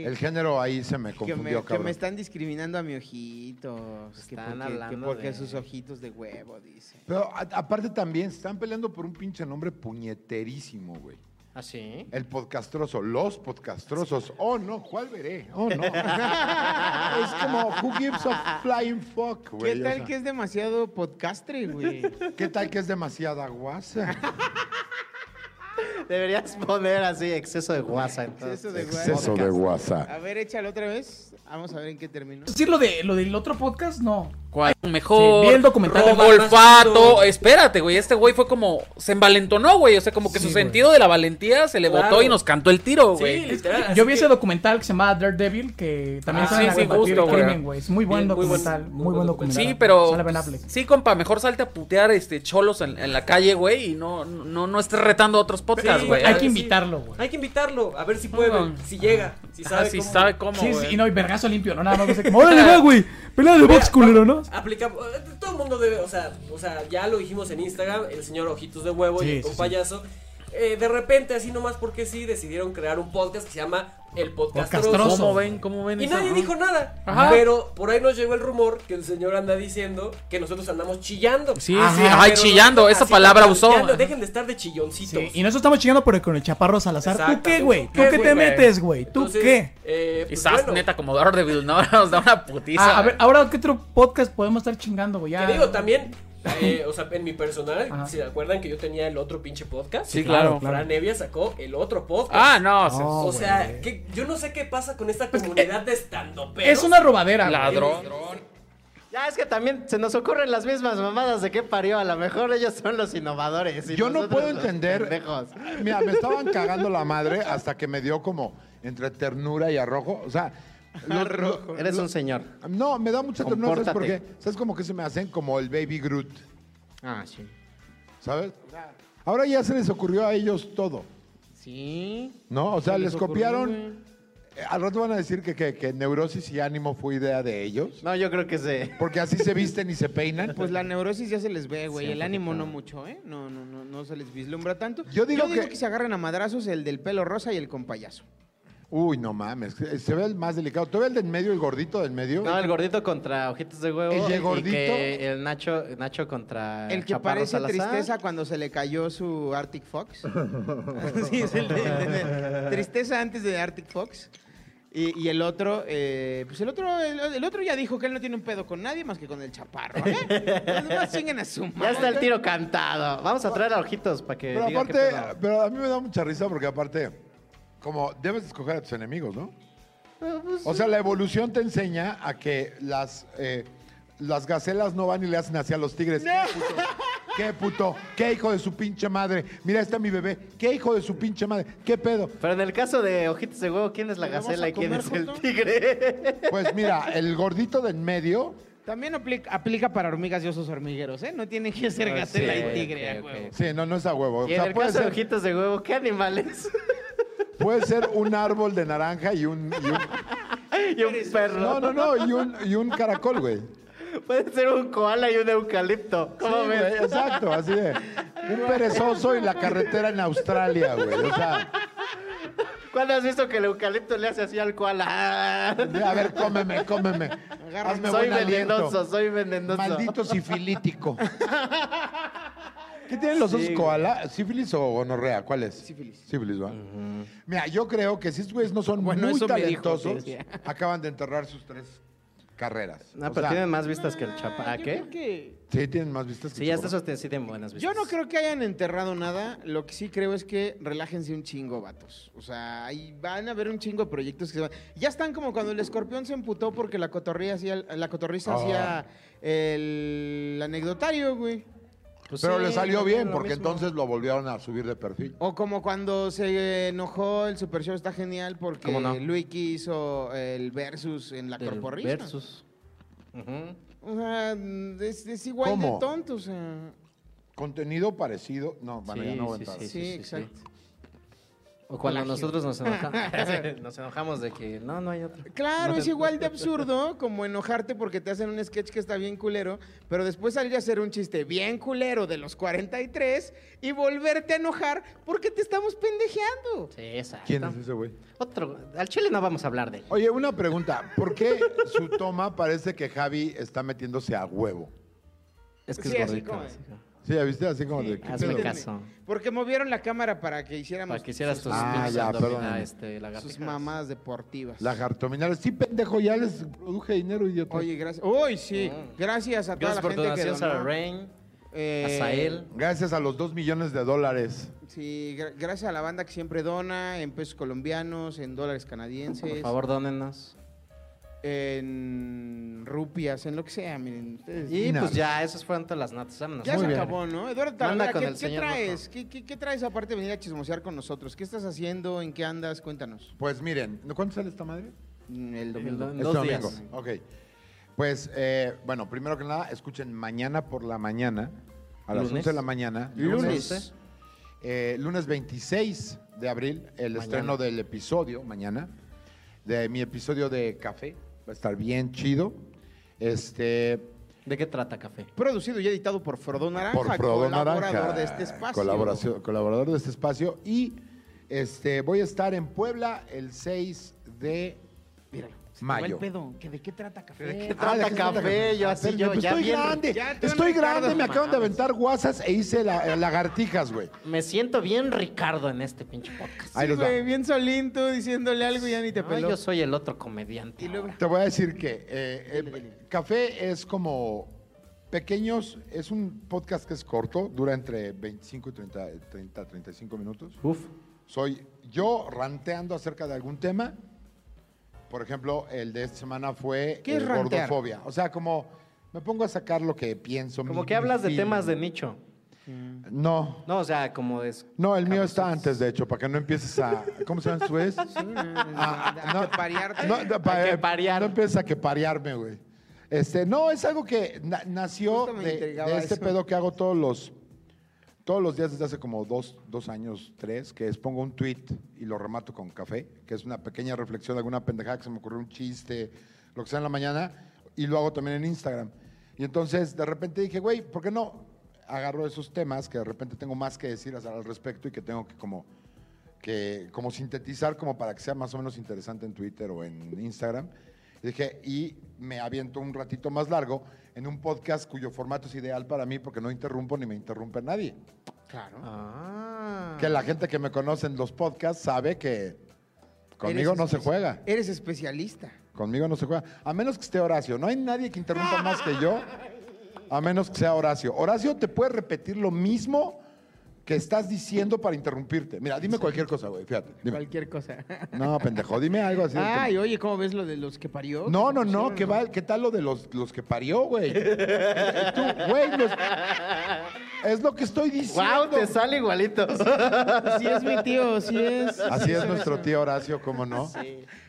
El género ahí se me
Que me,
confundió,
que
cabrón.
me están discriminando a mi ojitos. que
Pues Están
porque,
hablando
que porque
de-
sus ojitos de huevo, dice.
Pero a- aparte también, se están peleando por un pinche nombre puñeterísimo, güey.
¿Ah, sí?
El podcastroso, los podcastrosos. Oh, no, ¿cuál veré? Oh, no. es como, who gives a flying fuck, güey.
¿Qué
O
tal
sea,
que es demasiado podcastre, güey?
¿Qué tal que es demasiada guasa?
Deberías poner así exceso de guasa. entonces.
Exceso de guasa.
Exceso de guasa.
A ver, échalo otra vez. Vamos a ver en qué terminó.
Es decir lo, de, lo del otro podcast? No.
¿Cuál? Mejor.
Sí, vi el documental de
Robo
Batman.
olfato. Espérate, güey. Este güey fue como. Se envalentonó, güey. O sea, como que su sentido de la valentía se le
Claro.
botó y nos cantó el tiro, güey.
Yo vi ese documental que se llama Daredevil, que también
Ah,
sale en
sí, sí,
la combatir
justo,
el
güey.
crimen, güey. Es muy buen
Bien, muy buen-
documental, muy, buen documental.
Sí, pero.
Sale Ben Affleck.
Sí, compa, mejor salte a putear este cholos en, en la calle, güey. Y no, no, no estés retando a otros podcasts,
Sí,
güey. Ah,
hay que
invitarlo, güey.
Hay que invitarlo, a ver si puede, si llega, si
Ah,
sabe
si
cómo.
sabe cómo,
Sí, sí,
güey.
y no, y vergazo limpio, no nada más. así como, órale, va, güey. Pelea de
Mira,
box, culero, ¿no?
Aplicamos, eh, todo el mundo debe, o sea, o sea, ya lo dijimos en Instagram, el señor Ojitos de Huevo
Sí,
y el
sí,
compayazo. Eh, de repente, así nomás porque sí, decidieron crear un podcast que se llama el podcastroso.
Podcastroso. ¿Cómo ven? ¿Cómo ven
Y
eso?
nadie
Ajá.
dijo nada.
Ajá.
Pero por ahí nos llegó el rumor que el señor anda diciendo que nosotros andamos chillando.
Sí, sí, ajá, chillando, esa
así,
palabra usó.
chillando, Dejen de estar de chilloncitos.
Y nosotros estamos chillando por el, con el chaparro Salazar. ¿Tú
Exacto.
qué, güey?
¿Tú
¿Tú
qué,
qué
güey?
te metes, güey? ¿Tú
Entonces,
qué?
eh, pues
Quizás,
bueno,
neta, como Daredevil, no, nos da una putiza.
Ah, a ver, ahora qué otro podcast podemos estar chingando, güey.
que
Ya.
digo también, eh, o sea, en mi personal,
Ajá.
si se acuerdan que yo tenía el otro pinche podcast.
Sí, claro,
Fran
claro.
Evia sacó el otro podcast.
Ah,
Oh,
no, se-
O
No,
sea,
güey.
que yo no sé qué pasa con esta comunidad de estandoperos.
Pues Es una robadera.
Ladrón.
Ya es que también se nos ocurren las mismas mamadas de qué parió. A lo mejor ellos son los innovadores. y
Yo no
nosotros
puedo
los
entender.
pendejos.
Mira, me estaban cagando la madre hasta que me dio como entre ternura y arrojo. O sea.
Arrojo. Eres un señor.
No, me da mucha ternura. ¿Sabes por
Compórtate.
qué? ¿Sabes cómo que se me hacen? Como el baby Groot.
Ah, sí.
¿Sabes? Ahora ya se les ocurrió a ellos todo.
Sí.
¿No? O sea,
Se
les,
les ocurrió,
copiaron.
güey.
Eh, Al rato van a decir que, que- que neurosis y ánimo fue idea de ellos.
No, yo creo que se.
Porque así se visten y se peinan.
Pues la neurosis ya se les ve, güey.
Sí,
el
un
ánimo
poquito.
no mucho, ¿eh? No, no, no, no se les vislumbra tanto.
Yo digo que-
se agarren a madrazos el del pelo rosa y el con payaso.
Uy, no mames. Se ve el más delicado. ¿Tú ves el del medio, el gordito del medio?
No, el gordito contra ojitos de huevo.
¿El de
y
gordito?
que el Nacho, Nacho contra.
El que
Chaparro
parece
Salazar.
tristeza cuando se le cayó su Arctic Fox. sí, es el de, el de- tristeza antes de Arctic Fox. Y, y el otro, eh, pues el otro, el, el otro ya dijo que él no tiene un pedo con nadie más que con el chaparro. ¿eh? Los demás siguen a su
Ya
madre.
está el tiro cantado. Vamos a traer a ojitos para que.
Pero
Eh, diga qué
aparte,
pedo.
pero a mí me da mucha risa porque aparte, como debes escoger a tus enemigos, ¿no? O sea, la evolución te enseña a que las, eh, las gacelas no van y le hacen así a los tigres. ¡Qué puto! ¡Qué hijo de su pinche madre! Mira, está mi bebé. ¡Qué hijo de su pinche madre! ¡Qué pedo!
Pero en el caso de ojitos de huevo, ¿quién es la
¿Pero vamos
gacela
a
y quién
comer
es el
junto?
tigre?
Pues mira, el gordito del medio.
También aplica, aplica para hormigas y osos hormigueros, ¿eh? No tiene que ser
Ah,
gacela
sí,
y tigre,
ok,
a huevo.
Sí, no, no es a huevo. O
Y en
sea,
el
puede
caso de
ser,
ojitos de huevo, ¿qué animales?
puede ser un árbol de naranja y un. y un-
y un perro.
no, no, no, y un, y un caracol, güey.
Puede ser un koala y un eucalipto. ¿Cómo
Sí,
ves?
güey, exacto, así de. Un perezoso y la carretera en Australia, güey. O sea,
¿Cuándo has visto que el eucalipto le hace así al koala?
de, a ver, cómeme, cómeme. Hazme
soy
buen aliento.
venenoso, soy venenoso.
Maldito sifilítico. ¿Qué tienen los osos koala? ¿Sífilis o gonorrea? ¿Cuál es? Sífilis. Sífilis, ¿va? Mira, yo creo que si estos güeyes no son
Bueno,
muy
eso me dijo,
talentosos,
sí, sí.
acaban de enterrar sus tres carreras.
No,
O
pero
sea,
tienen más vistas que el chapa. ¿Ah,
Yo
qué?
creo que-
Sí, tienen más vistas que
Sí, hasta
Chihuahua.
esos te- sí tienen buenas vistas.
Yo no creo que hayan enterrado nada. Lo que sí creo es que relájense un chingo, vatos. O sea, ahí van a haber un chingo de proyectos que se van. Ya están como cuando el escorpión se emputó porque la cotorrilla hacía, la cotorriza
Ah.
hacía el anecdotario, güey.
pues
Pero le salió bien,
lo
porque
mismo.
entonces lo volvieron a subir de perfil.
O como cuando se enojó el Super Show está genial porque
¿Cómo no?
Luiki hizo el versus en la
El
corporrisa.
Versus. Ujú.
O sea, es, es igual
¿Cómo?
de tonto, o sea.
Contenido parecido. No, bueno, ya no voy a entrar.
Sí, exacto.
O cuando
Plagio.
nosotros nos enojamos, nos enojamos de que no, no hay otro.
Claro,
No
es
te-
igual de absurdo como enojarte porque te hacen un sketch que está bien culero, pero después salir a hacer un chiste bien culero de los 43 y volverte a enojar porque te estamos pendejeando.
Sí, exacto.
¿Quién es ese güey?
Otro. Al chile no vamos a hablar de él.
Oye, una pregunta. ¿Por qué su toma parece que Javi está metiéndose a huevo?
Es que
Sí,
es
así
gordito.
como-
así como-
Sí, ¿ya viste? Así como de... ¿qué
Hazme
pedo?
caso.
Porque movieron la cámara para que hiciéramos
Para que hicieras
sus-
tus
Ah,
pinches
ya,
abdomen-
perdón.
ah, este, lagartijas.
sus mamadas deportivas.
Lagartominales. Sí, pendejo, ya les produje dinero, idiota.
Oye, gracias. Uy, sí. Gracias a toda
Mm. Gracias
la
por
gente que
donaciones a
donó.
Rain, a
Eh,
Sael.
Gracias a los dos millones de dólares.
Sí, gra- gracias a la banda que siempre dona en pesos colombianos, en dólares canadienses.
Por favor, dónennos.
en rupias, en lo que sea, miren. ustedes-
Y
Nada.
pues ya, esas fueron todas las notas. Vámonos.
Ya
pues Muy bien.
se acabó, ¿no? Eduardo
Manda
Talavera,
con
¿qué,
el
qué
señor
traes? ¿Qué, qué, qué traes aparte de venir a chismosear con nosotros? ¿Qué estás haciendo? ¿En qué andas? Cuéntanos.
Pues miren, ¿cuánto sale esta madre?
Mm, El domingo.
En
Este
dos
domingo.
días.
Ok. Pues, eh, bueno, primero que nada, escuchen mañana por la mañana, a las
Lunes.
11 de la mañana.
Lunes.
Eh, lunes 26 de abril, el
Mañana.
estreno del episodio, mañana, de mi episodio de Café. Va a estar bien chido. Este,
¿De qué trata, Café?
Producido y editado por Frodo Naranja,
por Frodo
colaborador
Naranja,
de este espacio.
colaboración- colaborador de este espacio. Y Este, voy a estar en Puebla el 6 de
¿Cuál
mayo.
pedo? ¿Que ¿De qué trata café?
Ah, ¿de qué se trata? Espérame, pues estoy grande, estoy grande, me acaban de aventar guasas e hice la- lagartijas, güey.
Me siento bien Ricardo en este pinche podcast.
Ahí les va.
bien solín tú diciéndole algo y ya ni te
No,
peló.
yo soy el otro comediante.
Te voy a decir que eh, eh, Café es como pequeños, es un podcast que es corto, dura entre 25 y 30, 30, 35 minutos. Uf. Soy yo ranteando acerca de algún tema. Por ejemplo, el de esta semana fue
¿Qué es
eh,
rantear?
gordofobia. O sea, como me pongo a sacar lo que pienso.
Como
mi-
que
mi
hablas de
feeling.
temas de nicho.
No.
No, o sea, como es.
No, el mío está antes, de hecho, para que no empieces a... ¿Cómo se llama tú es? Ah,
a parearte.
No, no, pa- no empieces a que parearme, güey. Este, no, es algo que na- nació
Justo me
de,
intrigaba
de este
eso.
pedo que hago todos los, todos los días desde hace como dos, dos años, tres, que es pongo un tweet y lo remato con café, que es una pequeña reflexión de alguna pendejada que se me ocurrió un chiste, lo que sea en la mañana, y lo hago también en Instagram. Y entonces de repente dije, güey, ¿por qué no agarro esos temas que de repente tengo más que decir al respecto y que tengo que como que como sintetizar como para que sea más o menos interesante en Twitter o en Instagram. Y dije, y me aviento un ratito más largo en un podcast cuyo formato es ideal para mí porque no interrumpo ni me interrumpe nadie.
Claro.
Ah,
Ah.
Que la gente que me conoce en los podcasts sabe que conmigo
Eres
no se
especi-
juega.
Eres especialista.
Conmigo no se juega. A menos que esté Horacio. No hay nadie que interrumpa más que yo. A menos que sea Horacio. Horacio te puede repetir lo mismo que estás diciendo para interrumpirte. Mira, dime cualquier cosa, güey. Fíjate. dime.
Cualquier cosa.
No, pendejo, dime algo así. de que-
Ay, oye, ¿cómo ves lo de los que parió?
No, no, no, ¿qué, va, ¿qué tal lo de los, los que parió, güey? Y tú, güey, no es, es lo que estoy diciendo.
Guau, te sale igualito.
Sí es mi tío, sí es.
Así
sí
es
se
nuestro
ve.
tío Horacio, ¿cómo no?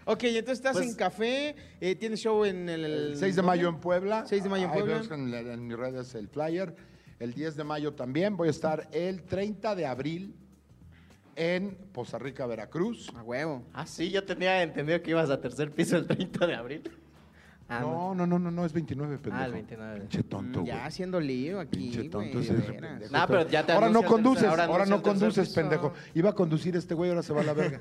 Ok, entonces estás en café, eh, tienes show en el...
Pues El 6 de mayo en Puebla.
6 de mayo en
Ahí
Puebla.
veo en, la- en mis redes el flyer. El 10 de mayo también. Voy a estar el 30 de abril en Poza Rica, Veracruz.
A huevo.
Ah, sí, yo tenía entendido que ibas a tercer piso el 30 de abril. Ah,
No, no, no, no, no, es 29, pendejo.
Ah, el 29.
Pinche tonto, güey.
Mm, Ya haciendo lío aquí,
Pinche tonto
güey,
ese
de
pendejo.
veras.
No, pero ya te
Ahora no
anuncian tercer-
conduces, ahora,
ahora
no
anuncian tercer
conduces,
piso.
pendejo. Iba a conducir este güey, ahora se va a la verga.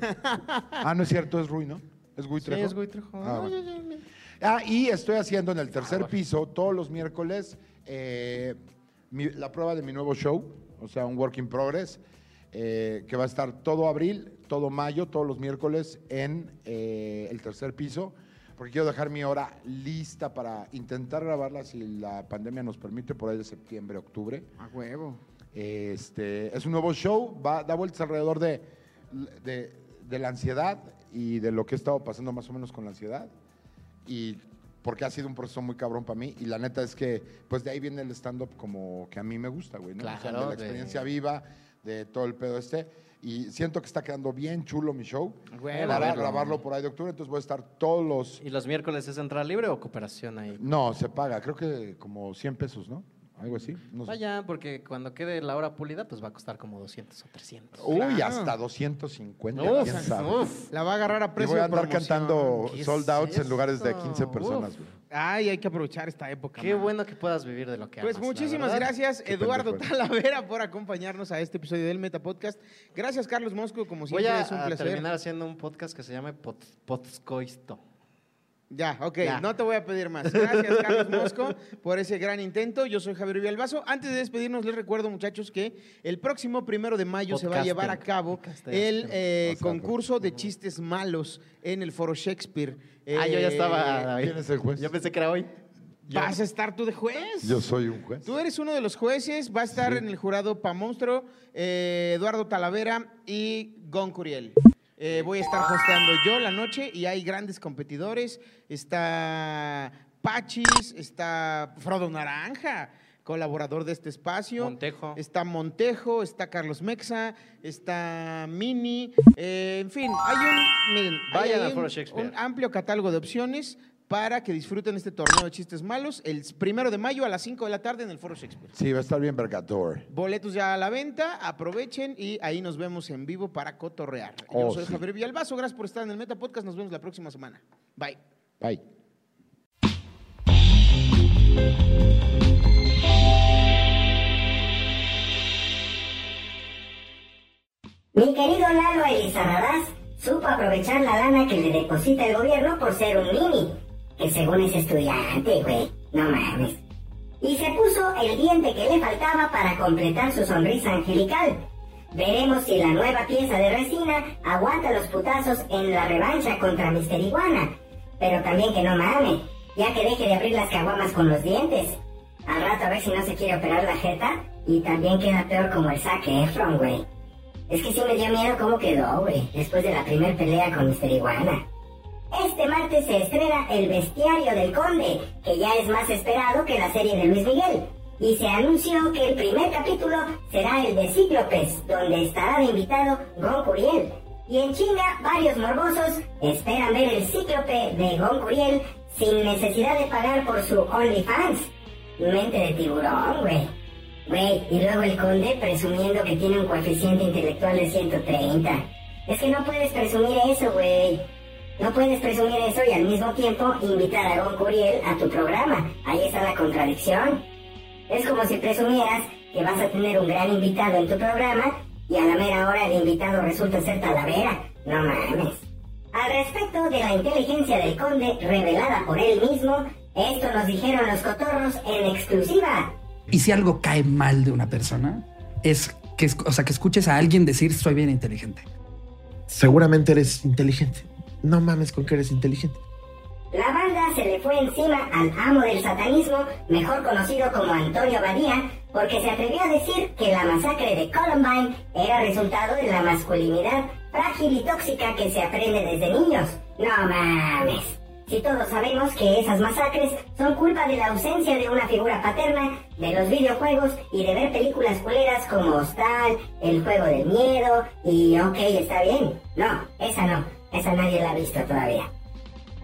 ah, no es cierto, es Rui, ¿no? Es Gui
Sí, es Gui Trejo.
Ah, bueno.
Ay, ay, ay, ay.
Ah, y estoy haciendo en el
Ah,
tercer piso todos los miércoles eh, mi- la prueba de mi nuevo show, o sea, un work in progress, eh, que va a estar todo abril, todo mayo, todos los miércoles en eh, el tercer piso, porque quiero dejar mi hora lista para intentar grabarla si la pandemia nos permite por ahí de septiembre, octubre.
A huevo.
Este, es un nuevo show, va, da vueltas alrededor de, de- de la ansiedad y de lo que he estado pasando más o menos con la ansiedad. Y porque ha sido un proceso muy cabrón para mí. Y la neta es que, pues de ahí viene el stand-up como que a mí me gusta, güey. ¿no? O sea,
Claro,
de la
de-
experiencia viva, de todo el pedo este. Y siento que está quedando bien chulo mi show.
Güey,
para
güey.
grabarlo por ahí de octubre, entonces voy a estar todos los...
¿Y los miércoles es entrada libre o cooperación ahí?
No, se paga, creo que como 100 pesos, ¿no? Algo así. no sé.
Vaya, porque cuando quede la hora pulida, pues va a costar como 200 o 300.
Uy,
Claro.
hasta 250.
Uf,
quién sabe.
uf.
La va a agarrar a
Y
precio
voy a
de
andar
promoción.
cantando
¿Qué es
sold outs en
eso?
lugares de 15 personas.
Uf.
güey.
Ay, hay que aprovechar esta época.
Qué
man.
bueno que puedas vivir de lo que
Pues
amas, la
muchísimas
verdad.
gracias,
Qué
Eduardo
pendejo.
Talavera, por acompañarnos a este episodio del Meta Podcast. Gracias, Carlos Mosco, como
Voy
siempre,
a,
es un
a
placer.
terminar haciendo un podcast que se llame Pod- Podscoisto.
Ya, ok,
Ya.
no te voy a pedir más. Gracias, Carlos Mosco, por ese gran intento. Yo soy Javier Villalbazo. Antes de despedirnos, les recuerdo, muchachos, que el próximo primero de mayo se va a llevar a
Podcasting.
cabo
Podcasting.
el eh,
Podcasting.
concurso de chistes malos en el Foro Shakespeare.
ah, yo ya
Eh,
estaba.
¿Quién es el juez?
Yo pensé que era hoy.
¿Vas a estar tú de juez?
Yo soy un juez.
Tú eres uno de los jueces, va a estar en el jurado Pa Monstruo, eh, Eduardo Talavera y Gon Curiel. Eh, voy a estar hosteando yo la noche y hay grandes competidores. Está Pachis, está Frodo Naranja, colaborador de este espacio.
Montejo.
Está Montejo, está Carlos Mexa, está Mini. eh, en fin, hay un, miren, hay
Vayan
ahí
al Foro
un-
Shakespeare.
un amplio catálogo de opciones para que disfruten este torneo de chistes malos el primero de mayo a las 5 de la tarde en el Foro Shakespeare.
Sí, va a estar bien vergador.
Boletos ya a la venta, aprovechen y ahí nos vemos en vivo para cotorrear. Yo
Oh,
soy
sí.
Javier Villalbazo, gracias por estar en el Meta Podcast, nos vemos la próxima semana. Bye.
Bye.
Mi querido Lalo Elizarrarás supo aprovechar la lana que le deposita el gobierno por ser un mini, que según es estudiante, güey, no mames. Y se puso el diente que le faltaba para completar su sonrisa angelical. Veremos si la nueva pieza de resina aguanta los putazos en la revancha contra Mister Iguana. Pero también que no mame, ya que deje de abrir las caguamas con los dientes. Al rato a ver si no se quiere operar la jeta y también queda peor como el saque Efron, güey. Es que sí me dio miedo cómo quedó, güey, después de la primer pelea con Mister Iguana. Este martes se estrena El Bestiario del Conde, que ya es más esperado que la serie de Luis Miguel. Y se anunció que el primer capítulo será el de Cíclopes, donde estará de invitado Gon Curiel. Y en China, varios morbosos esperan ver el Cíclope de Gon Curiel sin necesidad de pagar por su OnlyFans. Mente de tiburón, güey. Güey, y luego el conde presumiendo que tiene un coeficiente intelectual de 130. Es que no puedes presumir eso, güey. No puedes presumir eso y al mismo tiempo invitar a Gon Curiel a tu programa. Ahí está la contradicción. Es como si presumieras que vas a tener un gran invitado en tu programa y a la mera hora el invitado resulta ser Talavera. No mames. Al respecto de la inteligencia del conde revelada por él mismo, esto nos dijeron los cotorros en exclusiva.
Y si algo cae mal de una persona, es que, es- o sea, que escuches a alguien decir soy bien inteligente.
Seguramente eres inteligente. No mames con que eres inteligente.
La banda se le fue encima al amo del satanismo, mejor conocido como Antonio Badía, porque se atrevió a decir que la masacre de Columbine era resultado de la masculinidad frágil y tóxica que se aprende desde niños. No mames. Si todos sabemos que esas masacres son culpa de la ausencia de una figura paterna, de los videojuegos y de ver películas culeras como Hostal, El Juego del Miedo y Ok, está bien. No, esa no. Esa nadie la ha visto todavía.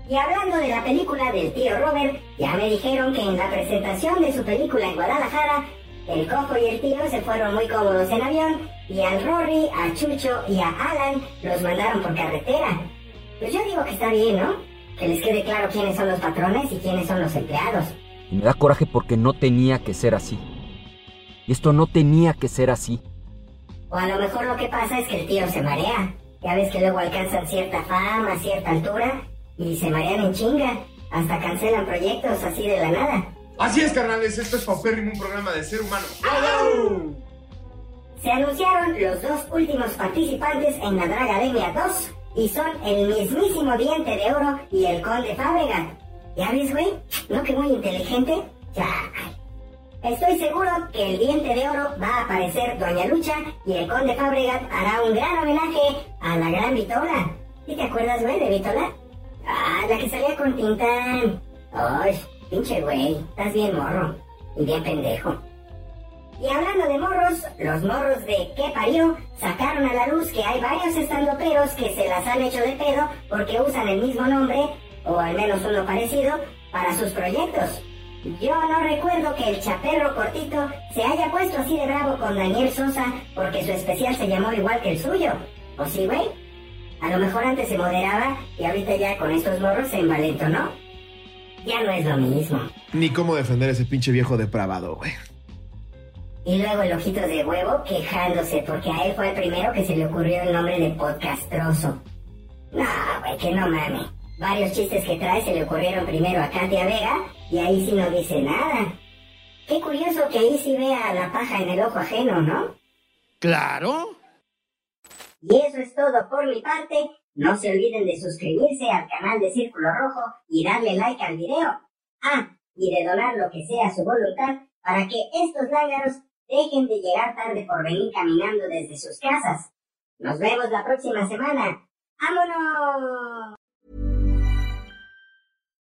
Y hablando de la película del tío Robert, ya me dijeron que en la presentación de su película en Guadalajara, el cojo y el tío se fueron muy cómodos en avión y al Rory, a Chucho y a Alan los mandaron por carretera. Pues yo digo que está bien, ¿no? Que les quede claro quiénes son los patrones y quiénes son los empleados.
Y me da coraje porque no tenía que ser así. Y esto no tenía que ser así.
O a lo mejor lo que pasa es que el tío se marea. Ya ves que luego alcanzan cierta fama, cierta altura y se marean en chinga. Hasta cancelan proyectos así de la nada.
Así es, carnales, esto es Paupérrimo, un programa de ser humano.
Se anunciaron los dos últimos participantes en la Dragademia 2 y son el mismísimo Diente de Oro y el Conde Fábrega. ¿Ya ves, güey? ¿No que muy inteligente? Ya. Estoy seguro que el Diente de Oro va a aparecer Doña Lucha y el Conde Fábrega hará un gran homenaje a la gran Vitola. ¿Y te acuerdas, güey, de Vitola? Ah, la que salía con Tintán. Ay, pinche güey, estás bien morro y bien pendejo. Y hablando de morros, los morros de ¿Qué parió? sacaron a la luz que hay varios estandoperos que se las han hecho de pedo porque usan el mismo nombre, o al menos uno parecido, para sus proyectos. Yo no recuerdo que el chaperro cortito se haya puesto así de bravo con Daniel Sosa porque su especial se llamó igual que el suyo. ¿O sí, güey? A lo mejor antes se moderaba y ahorita ya con estos morros se envalentonó. Ya no es lo mismo.
Ni cómo defender a ese pinche viejo depravado, güey.
Y luego el ojito de huevo quejándose porque a él fue el primero que se le ocurrió el nombre de podcastroso. No, güey, que no mames. Varios chistes que trae se le ocurrieron primero a Katia Vega y ahí sí no dice nada. Qué curioso que ahí sí vea la paja en el ojo ajeno, ¿no?
Claro.
Y eso es todo por mi parte. No se olviden de suscribirse al canal de Círculo Rojo y darle like al video. Ah, y de donar lo que sea su voluntad para que estos lángaros dejen de llegar tarde por venir caminando desde sus casas. Nos vemos la próxima semana. ¡Vámonos!